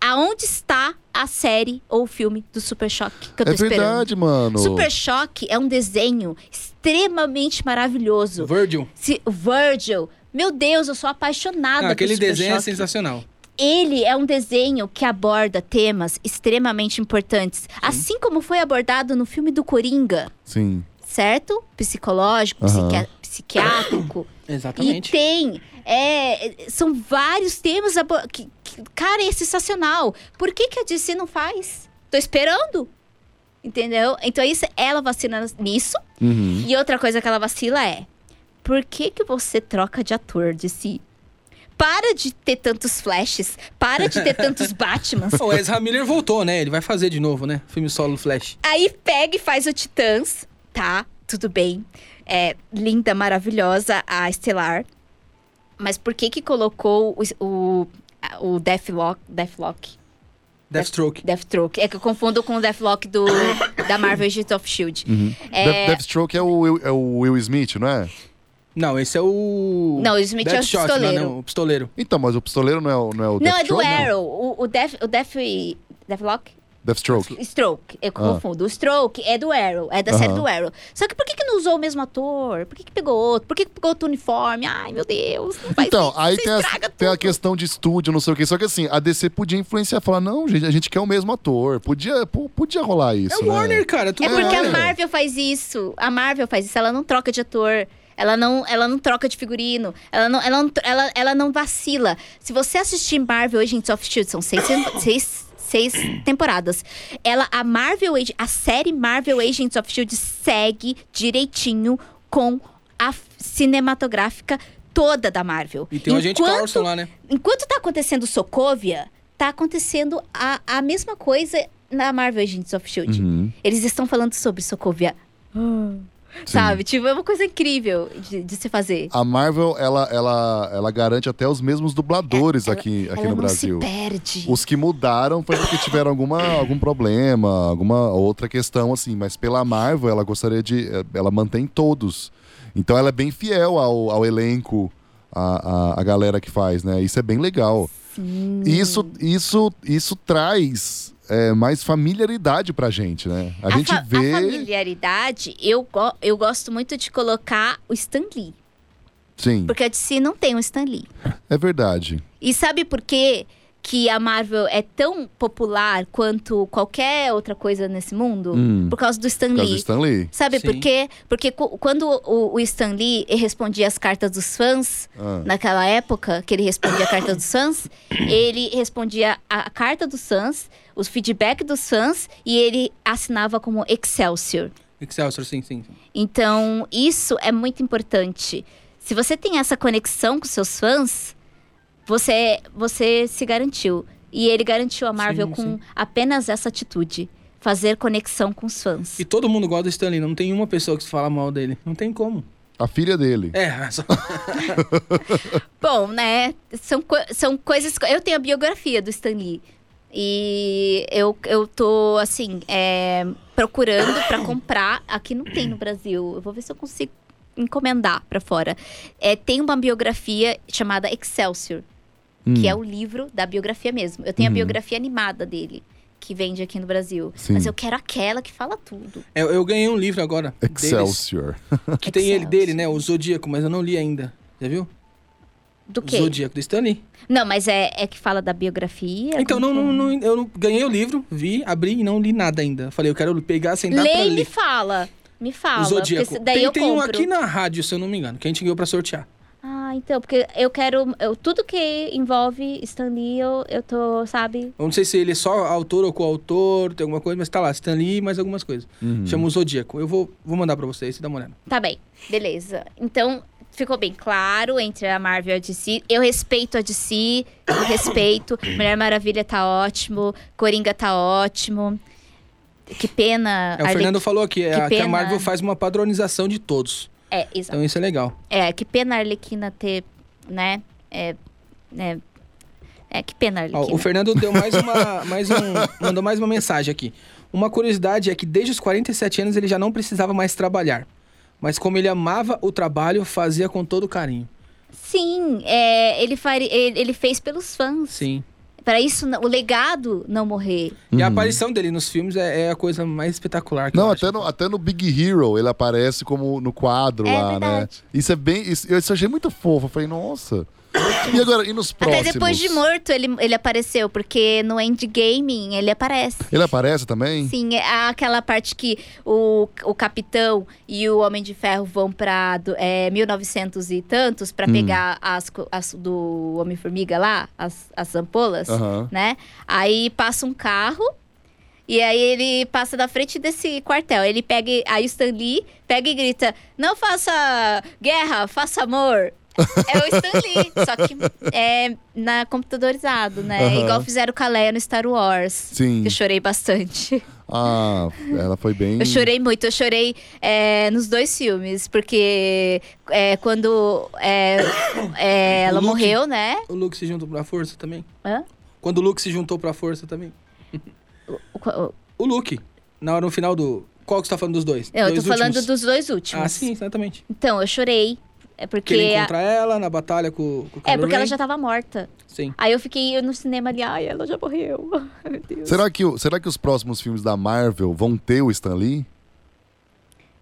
Aonde está a série ou o filme do Super Choque que eu tô
É
esperando?
verdade, mano.
Super Choque é um desenho extremamente maravilhoso.
Virgil.
Se, Virgil, meu Deus, eu sou apaixonada
Não, aquele
por Super
desenho é
Choque.
sensacional.
Ele é um desenho que aborda temas extremamente importantes, assim como foi abordado no filme do Coringa,
Sim.
certo? Psicológico,
Aham.
psiquia- psiquiátrico. e
Exatamente.
tem. é, é, são vários temas. abo- que- que- cara, é sensacional. Por que, que a DC não faz? Tô esperando. Entendeu? Então é isso, ela vacina nisso.
Uhum.
E outra coisa que ela vacila é: por que que você troca de ator de si? Para de ter tantos flashes, para de ter tantos Batmans.
O Ezra Miller voltou, né? Ele vai fazer de novo, né? Filme solo Flash.
Aí pega e faz o Titãs, tá? Tudo bem. é, linda, maravilhosa, a Estelar. Mas por que que colocou o, o, a- o Deathlock? Deathlock?
Deathstroke.
Deathstroke. É que eu confundo com o Deathlock do, da Marvel Agents of S.H.I.E.L.D.
Death- Deathstroke é o, Will- é o Will Smith, não é?
Não, esse é o.
Não, o Smith é o
Deathshot, lá,
pistoleiro.
né? O pistoleiro.
Então, mas o pistoleiro não é o, não é o
Não, é do
Deathstroke,
Arrow. O, o, Death, o Death, Deathlock?
Deathstroke.
Stroke, eu
Ah.
confundo. O Stroke é do Arrow, é da série
Aham.
do Arrow. Só que por que, que não usou o mesmo ator? Por que, que pegou outro? Por que, que pegou outro uniforme? Ai, meu Deus, não faz
Então,
isso,
aí
isso
tem a,
estraga
tem a
tudo.
questão de estúdio, não sei o quê. Só que assim, a DC podia influenciar, falar, não, gente, a gente quer o mesmo ator. Podia, po- podia rolar isso,
É o
né?
Warner, cara. Tudo
É porque
Warner.
a Marvel faz isso. A Marvel faz isso, ela não troca de ator. Ela não, ela não troca de figurino. Ela não, ela, não, ela, ela não vacila. Se você assistir Marvel Agents of S.H.I.E.L.D., são seis, tem- seis, seis temporadas. Ela, a Marvel, Ag- a série Marvel Agents of S.H.I.E.L.D. segue direitinho com a f- cinematográfica toda da Marvel.
E tem o agente
Enquanto-
Carlson lá, né?
Enquanto tá acontecendo Sokovia, tá acontecendo a, a mesma coisa na Marvel Agents of S.H.I.E.L.D.
Uhum,
Eles estão falando sobre Sokovia.
sim. Ah,
Sabe? Tipo, é uma coisa incrível de, de se fazer.
A Marvel, ela, ela, ela garante até os mesmos dubladores aqui, aqui
É, Ela
no
não
Brasil.
se perde.
Os que mudaram foi porque tiveram alguma, algum problema, alguma outra questão, assim. Mas pela Marvel, ela gostaria de. eh, Ela mantém todos. Então ela é bem fiel ao, ao elenco, à, à, à galera que faz, né? Isso é bem legal. Isso, isso, isso traz é, mais familiaridade pra gente, né? A, gente
fa-
vê.
a familiaridade, eu, go- eu gosto muito de colocar o Stan Lee.
Sim,
Porque a DC não tem o Stan Lee.
é verdade.
E sabe por quê que a Marvel é tão popular quanto qualquer outra coisa nesse mundo?
Hum.
Por causa do Stan
Por causa do
Lee.
Stan Lee.
Sabe
Sim.
por quê? Porque cu- quando o, o Stan Lee respondia as cartas dos fãs,
Ah.
naquela época que ele respondia a carta dos fãs, ele respondia a carta dos fãs, os feedback dos fãs e ele assinava como Excelsior.
Excelsior, sim, sim. sim.
Então, isso é muito importante. Se você tem essa conexão com seus fãs, você, você se garantiu. E ele garantiu a Marvel
Sim,
com
sim.
apenas essa atitude. Fazer conexão com os fãs.
E todo mundo gosta do Stanley. Não tem uma pessoa que fala mal dele. Não tem como.
A filha dele.
É, só...
Bom, né? São, co- são coisas. Eu tenho a biografia do Stan Lee. E eu, eu tô, assim, é, procurando pra comprar. Aqui não tem no Brasil. Eu vou ver se eu consigo encomendar pra fora. É, tem uma biografia chamada Excelsior, que é
Hum.
Hum.
o livro da biografia mesmo. Eu tenho
Uhum.
a biografia animada dele, que vende aqui no Brasil.
Sim.
Mas eu quero aquela que fala tudo.
eu, eu ganhei um livro agora. deles,
Excelsior.
que tem ele
Excelsior.
dele, né? O Zodíaco, mas eu não li ainda. Já viu?
Do
O
quê?
Zodíaco do Stanley.
Não, mas é, é que fala da biografia.
Então,
como
não,
que é?
não, não- eu não- ganhei o livro, vi, abri e não li nada ainda. Falei, eu quero pegar, sentar pra
Lê e me
ler.
fala. Me fala.
O
porque
Zodíaco.
se- daí
tem
eu
tem um
compro.
aqui na rádio, se eu não me engano, que a gente ganhou pra sortear.
Ah, então, porque eu quero. eu- tudo que envolve Stan Lee, eu, eu tô, sabe?
Eu não sei se ele é só autor ou coautor, tem alguma coisa, mas tá lá, Stanley e mais algumas coisas.
Hum.
Chama o Zodíaco. Eu vou, vou mandar pra vocês, dá uma olhada.
Tá bem, beleza. Então, ficou bem claro entre a Marvel e a DC. Eu respeito a DC, eu respeito. Mulher Maravilha tá ótimo, Coringa tá ótimo. Que pena.
É, o
Arle-
Fernando falou aqui, é,
Ah, que
a- que a
pena.
Marvel faz uma padronização de todos.
É, exato.
Então isso é legal.
É, que pena a Arlequina ter, né? É, né? É, que pena a
Ó,
Arlequina.
o Fernando deu mais uma. mais um, mandou mais uma mensagem aqui. Uma curiosidade é que desde os 47 anos ele já não precisava mais trabalhar. Mas como ele amava o trabalho, fazia com todo carinho.
Sim, é, ele, fari- ele, ele fez pelos fãs.
Sim.
Pra isso, n- o legado não morrer.
E a aparição dele nos filmes é, é a coisa mais espetacular que eu
Uhum. Não,
acho.
até no, até no Big Hero ele aparece como no quadro
É
lá,
verdade.
né? Isso é bem. Isso, eu isso achei muito fofo. Eu falei, nossa. E agora, e nos próximos?
Até depois de morto ele, ele apareceu, porque no endgame ele aparece.
Ele aparece também?
Sim, é aquela parte que o, o Capitão e o Homem de Ferro vão pra do- é, 1900 e tantos pra pegar as, co- as do Homem-Formiga lá, as, as ampolas,
Aham.
né? Aí passa um carro e aí ele passa da frente desse quartel. Ele pega, e- aí o Stan Lee pega e grita: Não faça guerra, faça amor. É o Stan Lee, só que é na computadorizado, né?
Aham.
Igual fizeram com a Leia no Star Wars.
Sim.
Eu chorei bastante.
Ah, ela foi bem.
Hum.
Eu chorei muito, eu chorei é, nos dois filmes, porque é, quando é, é, ela
O Luke-
morreu, né?
O Luke se juntou pra força também?
Hã?
Quando o Luke se juntou pra força também?
O qu- o-
O Luke, na hora no final do. Qual que você tá falando dos dois?
Não, eu tô
Dois
falando
últimos.
dos dois últimos.
Ah, sim, exatamente.
Então, eu chorei. É
Que
porque.
ele
a-
encontra ela na batalha com, com o
É,
Kylo
porque ela
Ren.
já tava morta.
Sim.
Aí eu fiquei no cinema ali, ai, ela já morreu. Ai, Meu Deus.
Será que, o- será que os próximos filmes da Marvel vão ter o Stan Lee?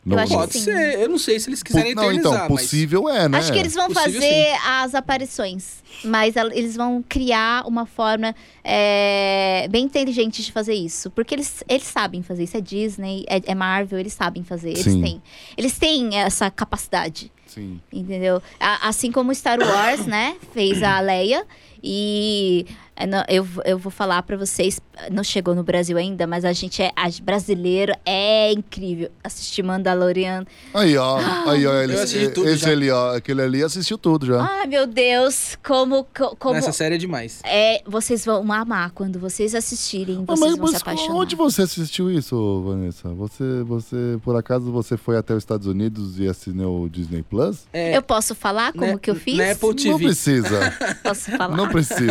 Não-
acho que
não-
Tipo, Pode
sim.
ser, eu não sei se eles
Pu-
quiserem
Não,
eternizar,
então,
mas...
possível é, né?
Acho que eles vão
Possível,
fazer as aparições, mas el- eles vão criar uma forma é, bem inteligente de fazer isso. Porque eles, eles sabem fazer isso. É Disney, é, é Marvel, eles sabem fazer. Eles
Sim.
têm. Eles têm essa capacidade,
Sim.
entendeu? A- assim como Star Wars, né? Fez a Leia. E é, não, eu, eu vou falar pra vocês, não chegou no Brasil ainda, mas a gente é. A, brasileiro é incrível. Assistir Mandalorian.
Aí, ó. Aí, ó. Ele,
Eu assisti tudo
esse
já.
ali, ó. Aquele ali assistiu tudo já.
Ai, meu Deus! Como. co- como
Nessa série é demais.
É, vocês vão amar quando vocês assistirem,
Ah,
vocês
mas
vão se
mas
apaixonar.
onde você assistiu isso, Vanessa? Você, você, por acaso, você foi até os Estados Unidos e assinou o Disney Plus?
É, né,
Eu posso falar como
na-
que eu fiz?
Na Apple
Não
TV.
precisa.
Posso falar?
Não precisa.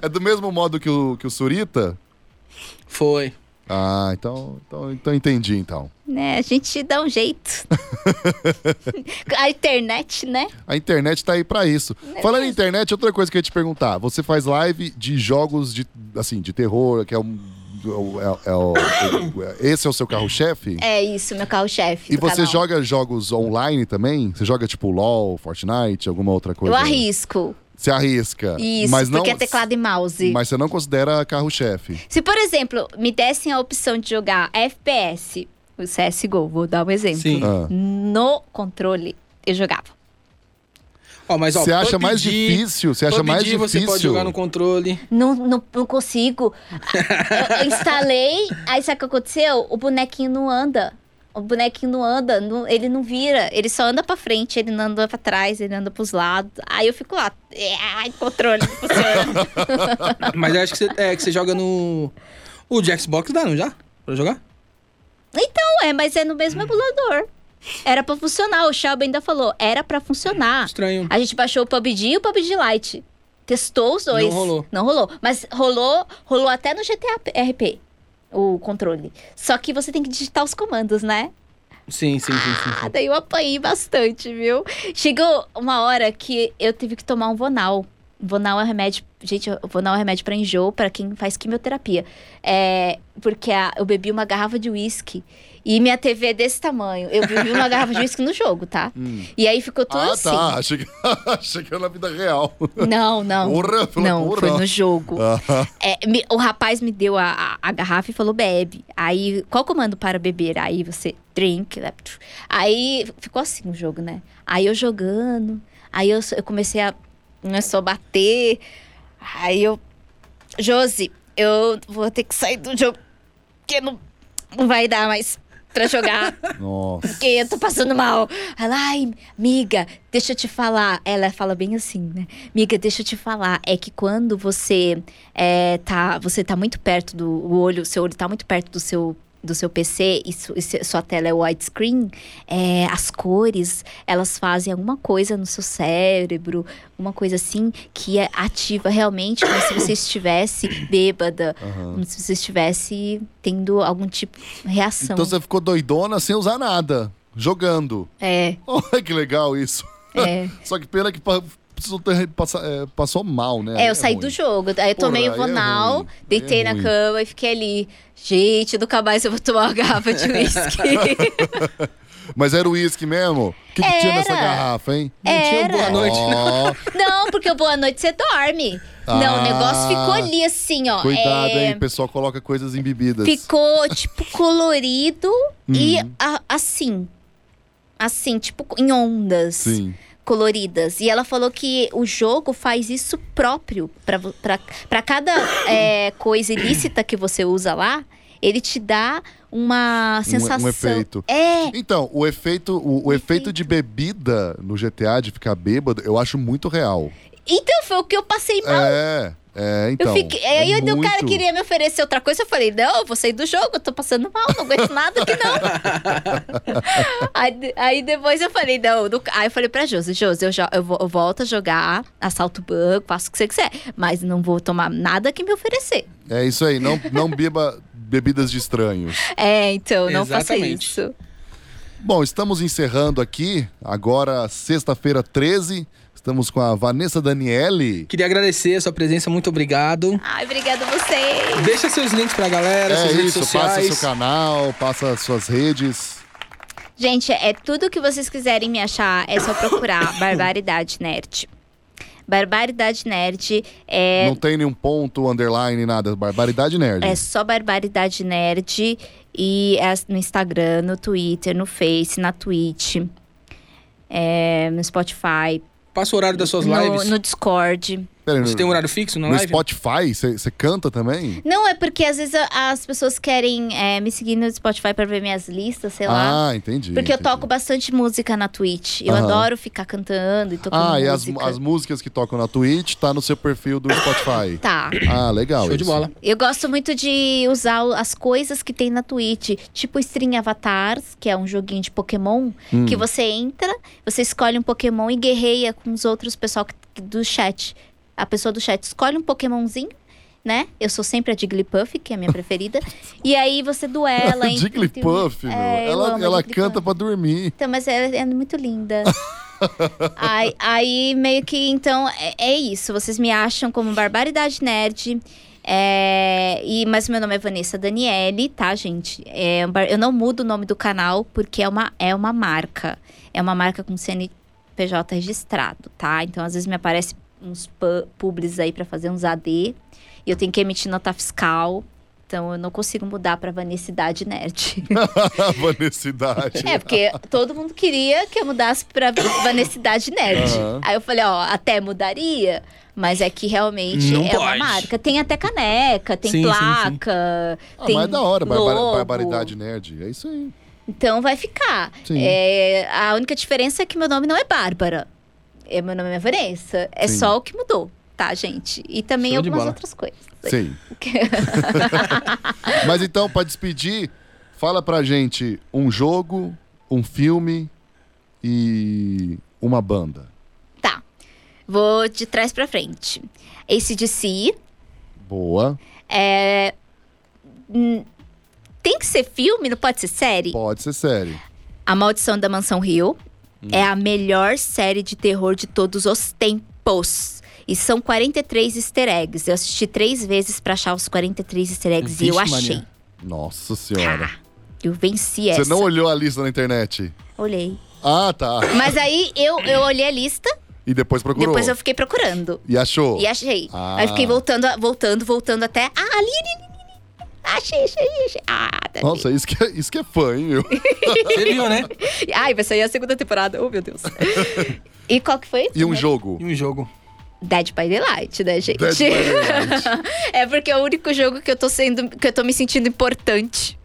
é do mesmo modo que o, que o Surita?
Foi.
Ah, então, então, então entendi, então.
Né, a gente dá um jeito. a internet, né?
A internet tá aí pra isso. Falando em internet, outra coisa que eu ia te perguntar. Você faz live de jogos de, assim, de terror, que é um... é o- é o- é o- é- esse é o seu carro-chefe?
É isso, meu carro-chefe.
E
do
você
canal.
joga jogos online também? Você joga tipo LOL, Fortnite, alguma outra coisa?
Eu arrisco.
Você arrisca.
Isso,
é. mas não,
porque é teclado e mouse.
Mas você não considera carro-chefe.
Se, por exemplo, me dessem a opção de jogar FPS, o CSGO, vou dar um exemplo.
Sim.
Ah.
No controle, eu jogava.
Ó, mas, ó,
Você acha mais
PUBG,
difícil? Você acha mais
PUBG
difícil?
você pode jogar no controle.
Não, não, não consigo. Eu, eu instalei, aí sabe o que aconteceu? O bonequinho não anda. O bonequinho não anda, não- ele não vira. Ele só anda pra frente, ele não anda pra trás, ele anda pros lados. Aí eu fico lá. é, Ai, controle não funciona.
Mas eu acho que você, é, que você joga no... O de Xbox dá, não já? Pra jogar?
não é, mas é no
Hum.
mesmo emulador. Era pra funcionar, o Shelby ainda falou. Era pra funcionar.
Estranho.
A gente baixou o PUBG e o PUBG Lite. Testou os dois.
Não rolou.
Não rolou. Mas rolou, rolou até no GTA RP, o controle. Só que você tem que digitar os comandos, né?
Sim, sim, sim. sim,
Ah,
sim.
daí eu apanhei bastante, viu? Chegou uma hora que eu tive que tomar um Vonal. Vonal é um remédio. Gente, o Vonal é um remédio pra enjoo, pra quem faz quimioterapia. É. Porque a- eu bebi uma garrafa de uísque e minha TV é desse tamanho. Eu bebi uma garrafa de uísque no jogo, tá? E aí ficou tudo
Hum. Ah,
assim.
tá. Achei que, achei que era na vida real.
Não, não.
Porra, pela
não,
porra.
foi no jogo.
Ah,
É, me- o rapaz me deu a, a- a garrafa e falou: bebe. Aí, qual comando para beber? Aí você drink, né? Aí ficou assim o jogo, né? Aí eu jogando, aí eu, eu comecei a né, só bater. Aí eu. Josi, eu vou ter que sair do jogo, porque não, não vai dar mais pra jogar.
Nossa.
Porque eu tô passando mal. Ela, ai, miga, deixa eu te falar. Ela fala bem assim, né? Miga, deixa eu te falar. É que quando você é, tá. Você tá muito perto do o olho, seu olho tá muito perto do seu. Do seu PC e, su- e se- sua tela é widescreen, é, as cores elas fazem alguma coisa no seu cérebro, uma coisa assim que é ativa realmente como se você estivesse bêbada,
Aham.
como se você estivesse tendo algum tipo de reação.
Então você ficou doidona sem usar nada, jogando.
É,
Olha que legal isso.
é.
Só que pena que pa- precisou ter passa- é, passou mal, né?
É, eu saí do
ruim.
jogo. Aí
Porra,
eu tomei
aí
o
é
Vonal,
ruim. Aí é
deitei na
ruim.
cama e fiquei ali. Gente, nunca mais eu vou tomar uma garrafa de uísque.
Mas era uísque mesmo? O que, que tinha nessa
Era.
garrafa, hein?
Não tinha boa
Era.
noite.
Ó,
não, porque o boa noite você dorme. não,
Ah.
o negócio ficou ali assim, ó.
cuidado,
É,
hein? O pessoal coloca coisas embebidas.
Ficou, tipo, colorido e
Hum.
a- assim. Assim, tipo, em ondas
Sim.
coloridas. E ela falou que o jogo faz isso eh, próprio. pra vo- pra pra cada é, coisa ilícita que você usa lá, ele te dá uma sensação.
Um efeito.
É,
Então, o efeito, o, o efeito de bebida no GTA, de ficar bêbado, eu acho muito real.
então foi o que eu passei mal.
É, é, então.
eu fiquei, aí
é
o cara
muito.
queria me oferecer outra coisa, eu falei, não, eu vou sair do jogo, eu tô passando mal, não aguento nada que não. aí, de- aí depois eu falei, não, não- aí eu falei pra Josi, Josi, eu, jo- eu, vo- eu volto a jogar, assalto o banco, faço o que você quiser, mas não vou tomar nada que me oferecer.
É isso aí, não, não beba bebidas de estranhos.
É, então, não
Exatamente.
faça isso.
Bom, estamos encerrando aqui, agora sexta-feira 13. Estamos com a Vanessa Daniele.
Queria agradecer a sua presença, muito obrigado.
Ai, obrigada a vocês.
Deixa seus links pra galera,
É
suas redes
isso, passa
sociais.
seu canal, passa suas redes.
Gente, é tudo que vocês quiserem me achar, é só procurar Barbaridade Nerd. Barbaridade Nerd é
Não tem nenhum ponto, underline, nada. Barbaridade Nerd.
É só Barbaridade Nerd. E é as- no Instagram, no Twitter, no Face, na Twitch, é, no Spotify,
Passa o horário das suas
no,
lives.
no Discord.
Pera aí,
Você tem um horário fixo na
no
live?
Spotify, você canta também?
Não, é porque às vezes a- as pessoas querem é, me seguir no Spotify pra ver minhas listas, sei lá.
Ah, entendi.
Porque eu
entendi.
toco bastante música na Twitch. Eu
Aham.
adoro ficar cantando e tocando
Ah, e as,
música.
as músicas que tocam na Twitch tá no seu perfil do Spotify.
Tá.
Ah, legal.
Show de
isso.
bola.
Eu gosto muito de usar o- as coisas que tem na Twitch, tipo String Avatars, que é um joguinho de Pokémon, que você entra, você escolhe um Pokémon e guerreia com os outros pessoal que- que- do chat. A pessoa do chat escolhe um Pokémonzinho, né? Eu sou sempre a Jigglypuff, que é a minha preferida. e aí você duela. entre-
Jigglypuff, meu.
entre- É, eu
ela
amo a
ela
Jigglypuff.
canta pra dormir.
Então, mas ela é muito linda. aí, aí, meio que, então, é, é isso. Vocês me acham como Barbaridade Nerd. É, e, mas meu nome é Vanessa Daniele, tá, gente? É, um bar- eu não mudo o nome do canal porque é uma, é uma marca. É uma marca com CNPJ registrado, tá? Então, às vezes me aparece uns pu- publis aí pra fazer uns AD. E eu tenho que emitir nota fiscal. Então, eu não consigo mudar pra Vanessidade Nerd.
Ah, Vanessidade.
É, porque todo mundo queria que eu mudasse pra Vanessidade Nerd.
Aham.
Aí eu falei, ó, até mudaria, mas é que realmente
Não
é uma
pode.
marca. Tem até caneca, tem
Sim, sim,
placa,
Ah,
tem
mas é da hora, barbar-
logo.
barbaridade nerd. É isso aí.
Então vai ficar.
Sim.
É, a única diferença é que meu nome não é Bárbara. É, meu nome é Vanessa. É
Sim.
só o que mudou, tá, gente? E também
Show de
algumas
bola.
outras coisas.
Sim. Mas então, pra despedir, fala pra gente um jogo, um filme e uma banda.
Tá. Vou de trás pra frente. Esse de si.
Boa.
É. hum, Tem que ser filme, não pode ser série?
Pode ser série.
A Maldição da Mansão Rio é a melhor série de terror de todos os tempos. E são 43 easter eggs. Eu assisti três vezes pra achar os 43 easter eggs e eu
Vixe,
achei.
Maria.
Nossa senhora.
Eu venci essa.
Você não olhou a lista na internet?
Olhei.
Ah, tá.
Mas aí eu, eu olhei a lista,
E depois procurou.
depois eu fiquei procurando.
E achou?
E achei.
Ah.
Aí fiquei voltando, voltando, voltando até. Ah, ali, ali, ali, ali. Achei, achei, achei. Ah, tá ali.
Nossa, isso que, é, isso que é fã, hein, meu?
Você viu, né?
Ai, vai sair a segunda temporada. Oh, meu Deus. e qual que foi?
E um jogo?
E um jogo.
Dead by Daylight, né, gente?
Dead by Daylight.
é porque é o único jogo que eu tô sendo. que eu tô me sentindo importante.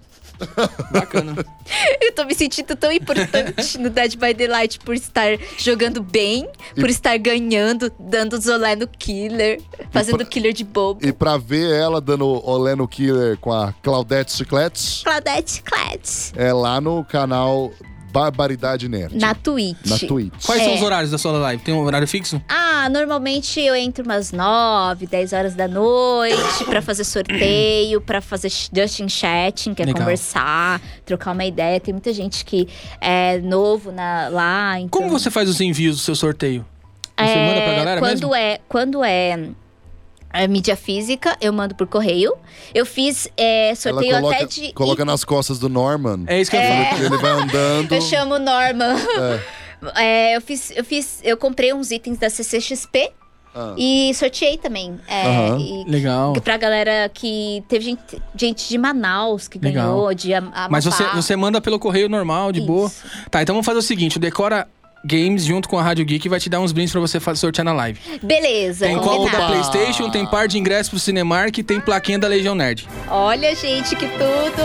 Bacana.
Eu tô me sentindo tão importante no Dead by Daylight por estar jogando bem, por estar ganhando, dando zolé no killer, fazendo
pra-
killer de bobo.
E pra ver ela dando olé no killer com a Claudette Chicletes,
Claudette Clat.
é lá no canal Barbaridade Nerd.
Na Twitch.
na Twitch.
Quais são
É.
os horários da sua live? Tem um horário fixo?
Ah, normalmente eu entro umas 9, 10 horas da noite pra fazer sorteio, pra fazer ch- just in chatting, que é
Legal.
conversar, trocar uma ideia. Tem muita gente que é novo na- lá. Então,
Como você faz os envios do seu sorteio? Você
é,
manda pra galera
quando
mesmo?
É, quando é, é mídia física, eu mando por correio. Eu fiz é,
Ela
sorteio até
coloca,
de.
coloca nas costas do Norman.
É isso que eu ia falar.
Ele vai andando.
Eu chamo o Norman. É, eu, fiz, eu fiz. Eu comprei uns itens da CCXP
Ah.
e sorteei também. É,
Aham.
e-
Legal.
Que pra galera que teve gente, gente de Manaus que
Legal.
ganhou, de Am- Amapá.
Mas você, você manda pelo correio normal, de boa.
Isso.
Tá, então vamos fazer o seguinte: o Decora Games junto com a Rádio Geek vai te dar uns brindes pra você fa- sortear na live.
Beleza,
Tem combo da
combinado.
PlayStation, tem par de ingressos pro Cinemark e tem plaquinha da Legião Nerd.
Olha, gente, que tudo!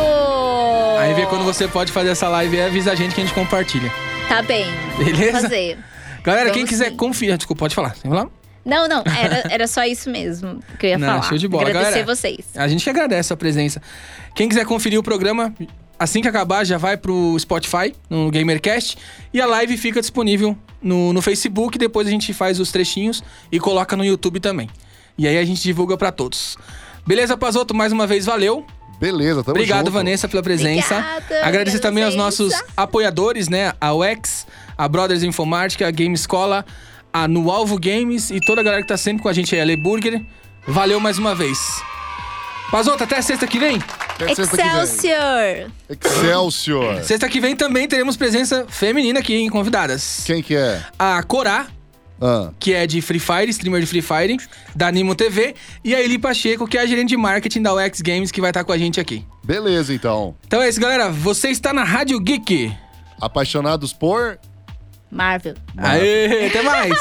Aí vê quando você pode fazer essa live e avisa a gente que a gente compartilha.
Tá bem.
Beleza?
Vou fazer.
Galera, quem
Vamos
quiser
sim.
confiar, desculpa, pode falar. Vamos lá?
Não, não, era, era só isso mesmo que eu ia
Não,
falar.
show de bola,
Agradecer
galera.
vocês.
A gente que agradece a presença. Quem quiser conferir o programa, assim que acabar, já vai pro Spotify, no GamerCast. E a live fica disponível no, no Facebook. Depois a gente faz os trechinhos e coloca no YouTube também. E aí a gente divulga pra todos. Beleza, Pazoto? Mais uma vez, valeu.
Beleza, tamo
Obrigado,
junto.
Vanessa, pela presença.
Obrigada,
Agradecer também aos
presença.
nossos apoiadores, né? A UX, a Brothers Informática, a Game Escola, a No Alvo Games e toda a galera que tá sempre com a gente aí, a Le Burger. Valeu mais uma vez. Pazoto, até sexta que vem.
Até sexta que vem.
é Excelsior!
Excelsior.
Sexta que vem também teremos presença feminina aqui, hein, convidadas.
Quem que é?
A Corá,
Ah,
que é de Free Fire, streamer de Free Fire, da Animo TV. E a Eli Pacheco, que é a gerente de marketing da UX Games, que vai estar com a gente aqui.
beleza, então.
Então é isso, galera. Você está na Rádio Geek.
Apaixonados por...
Marvel.
Aê, até mais.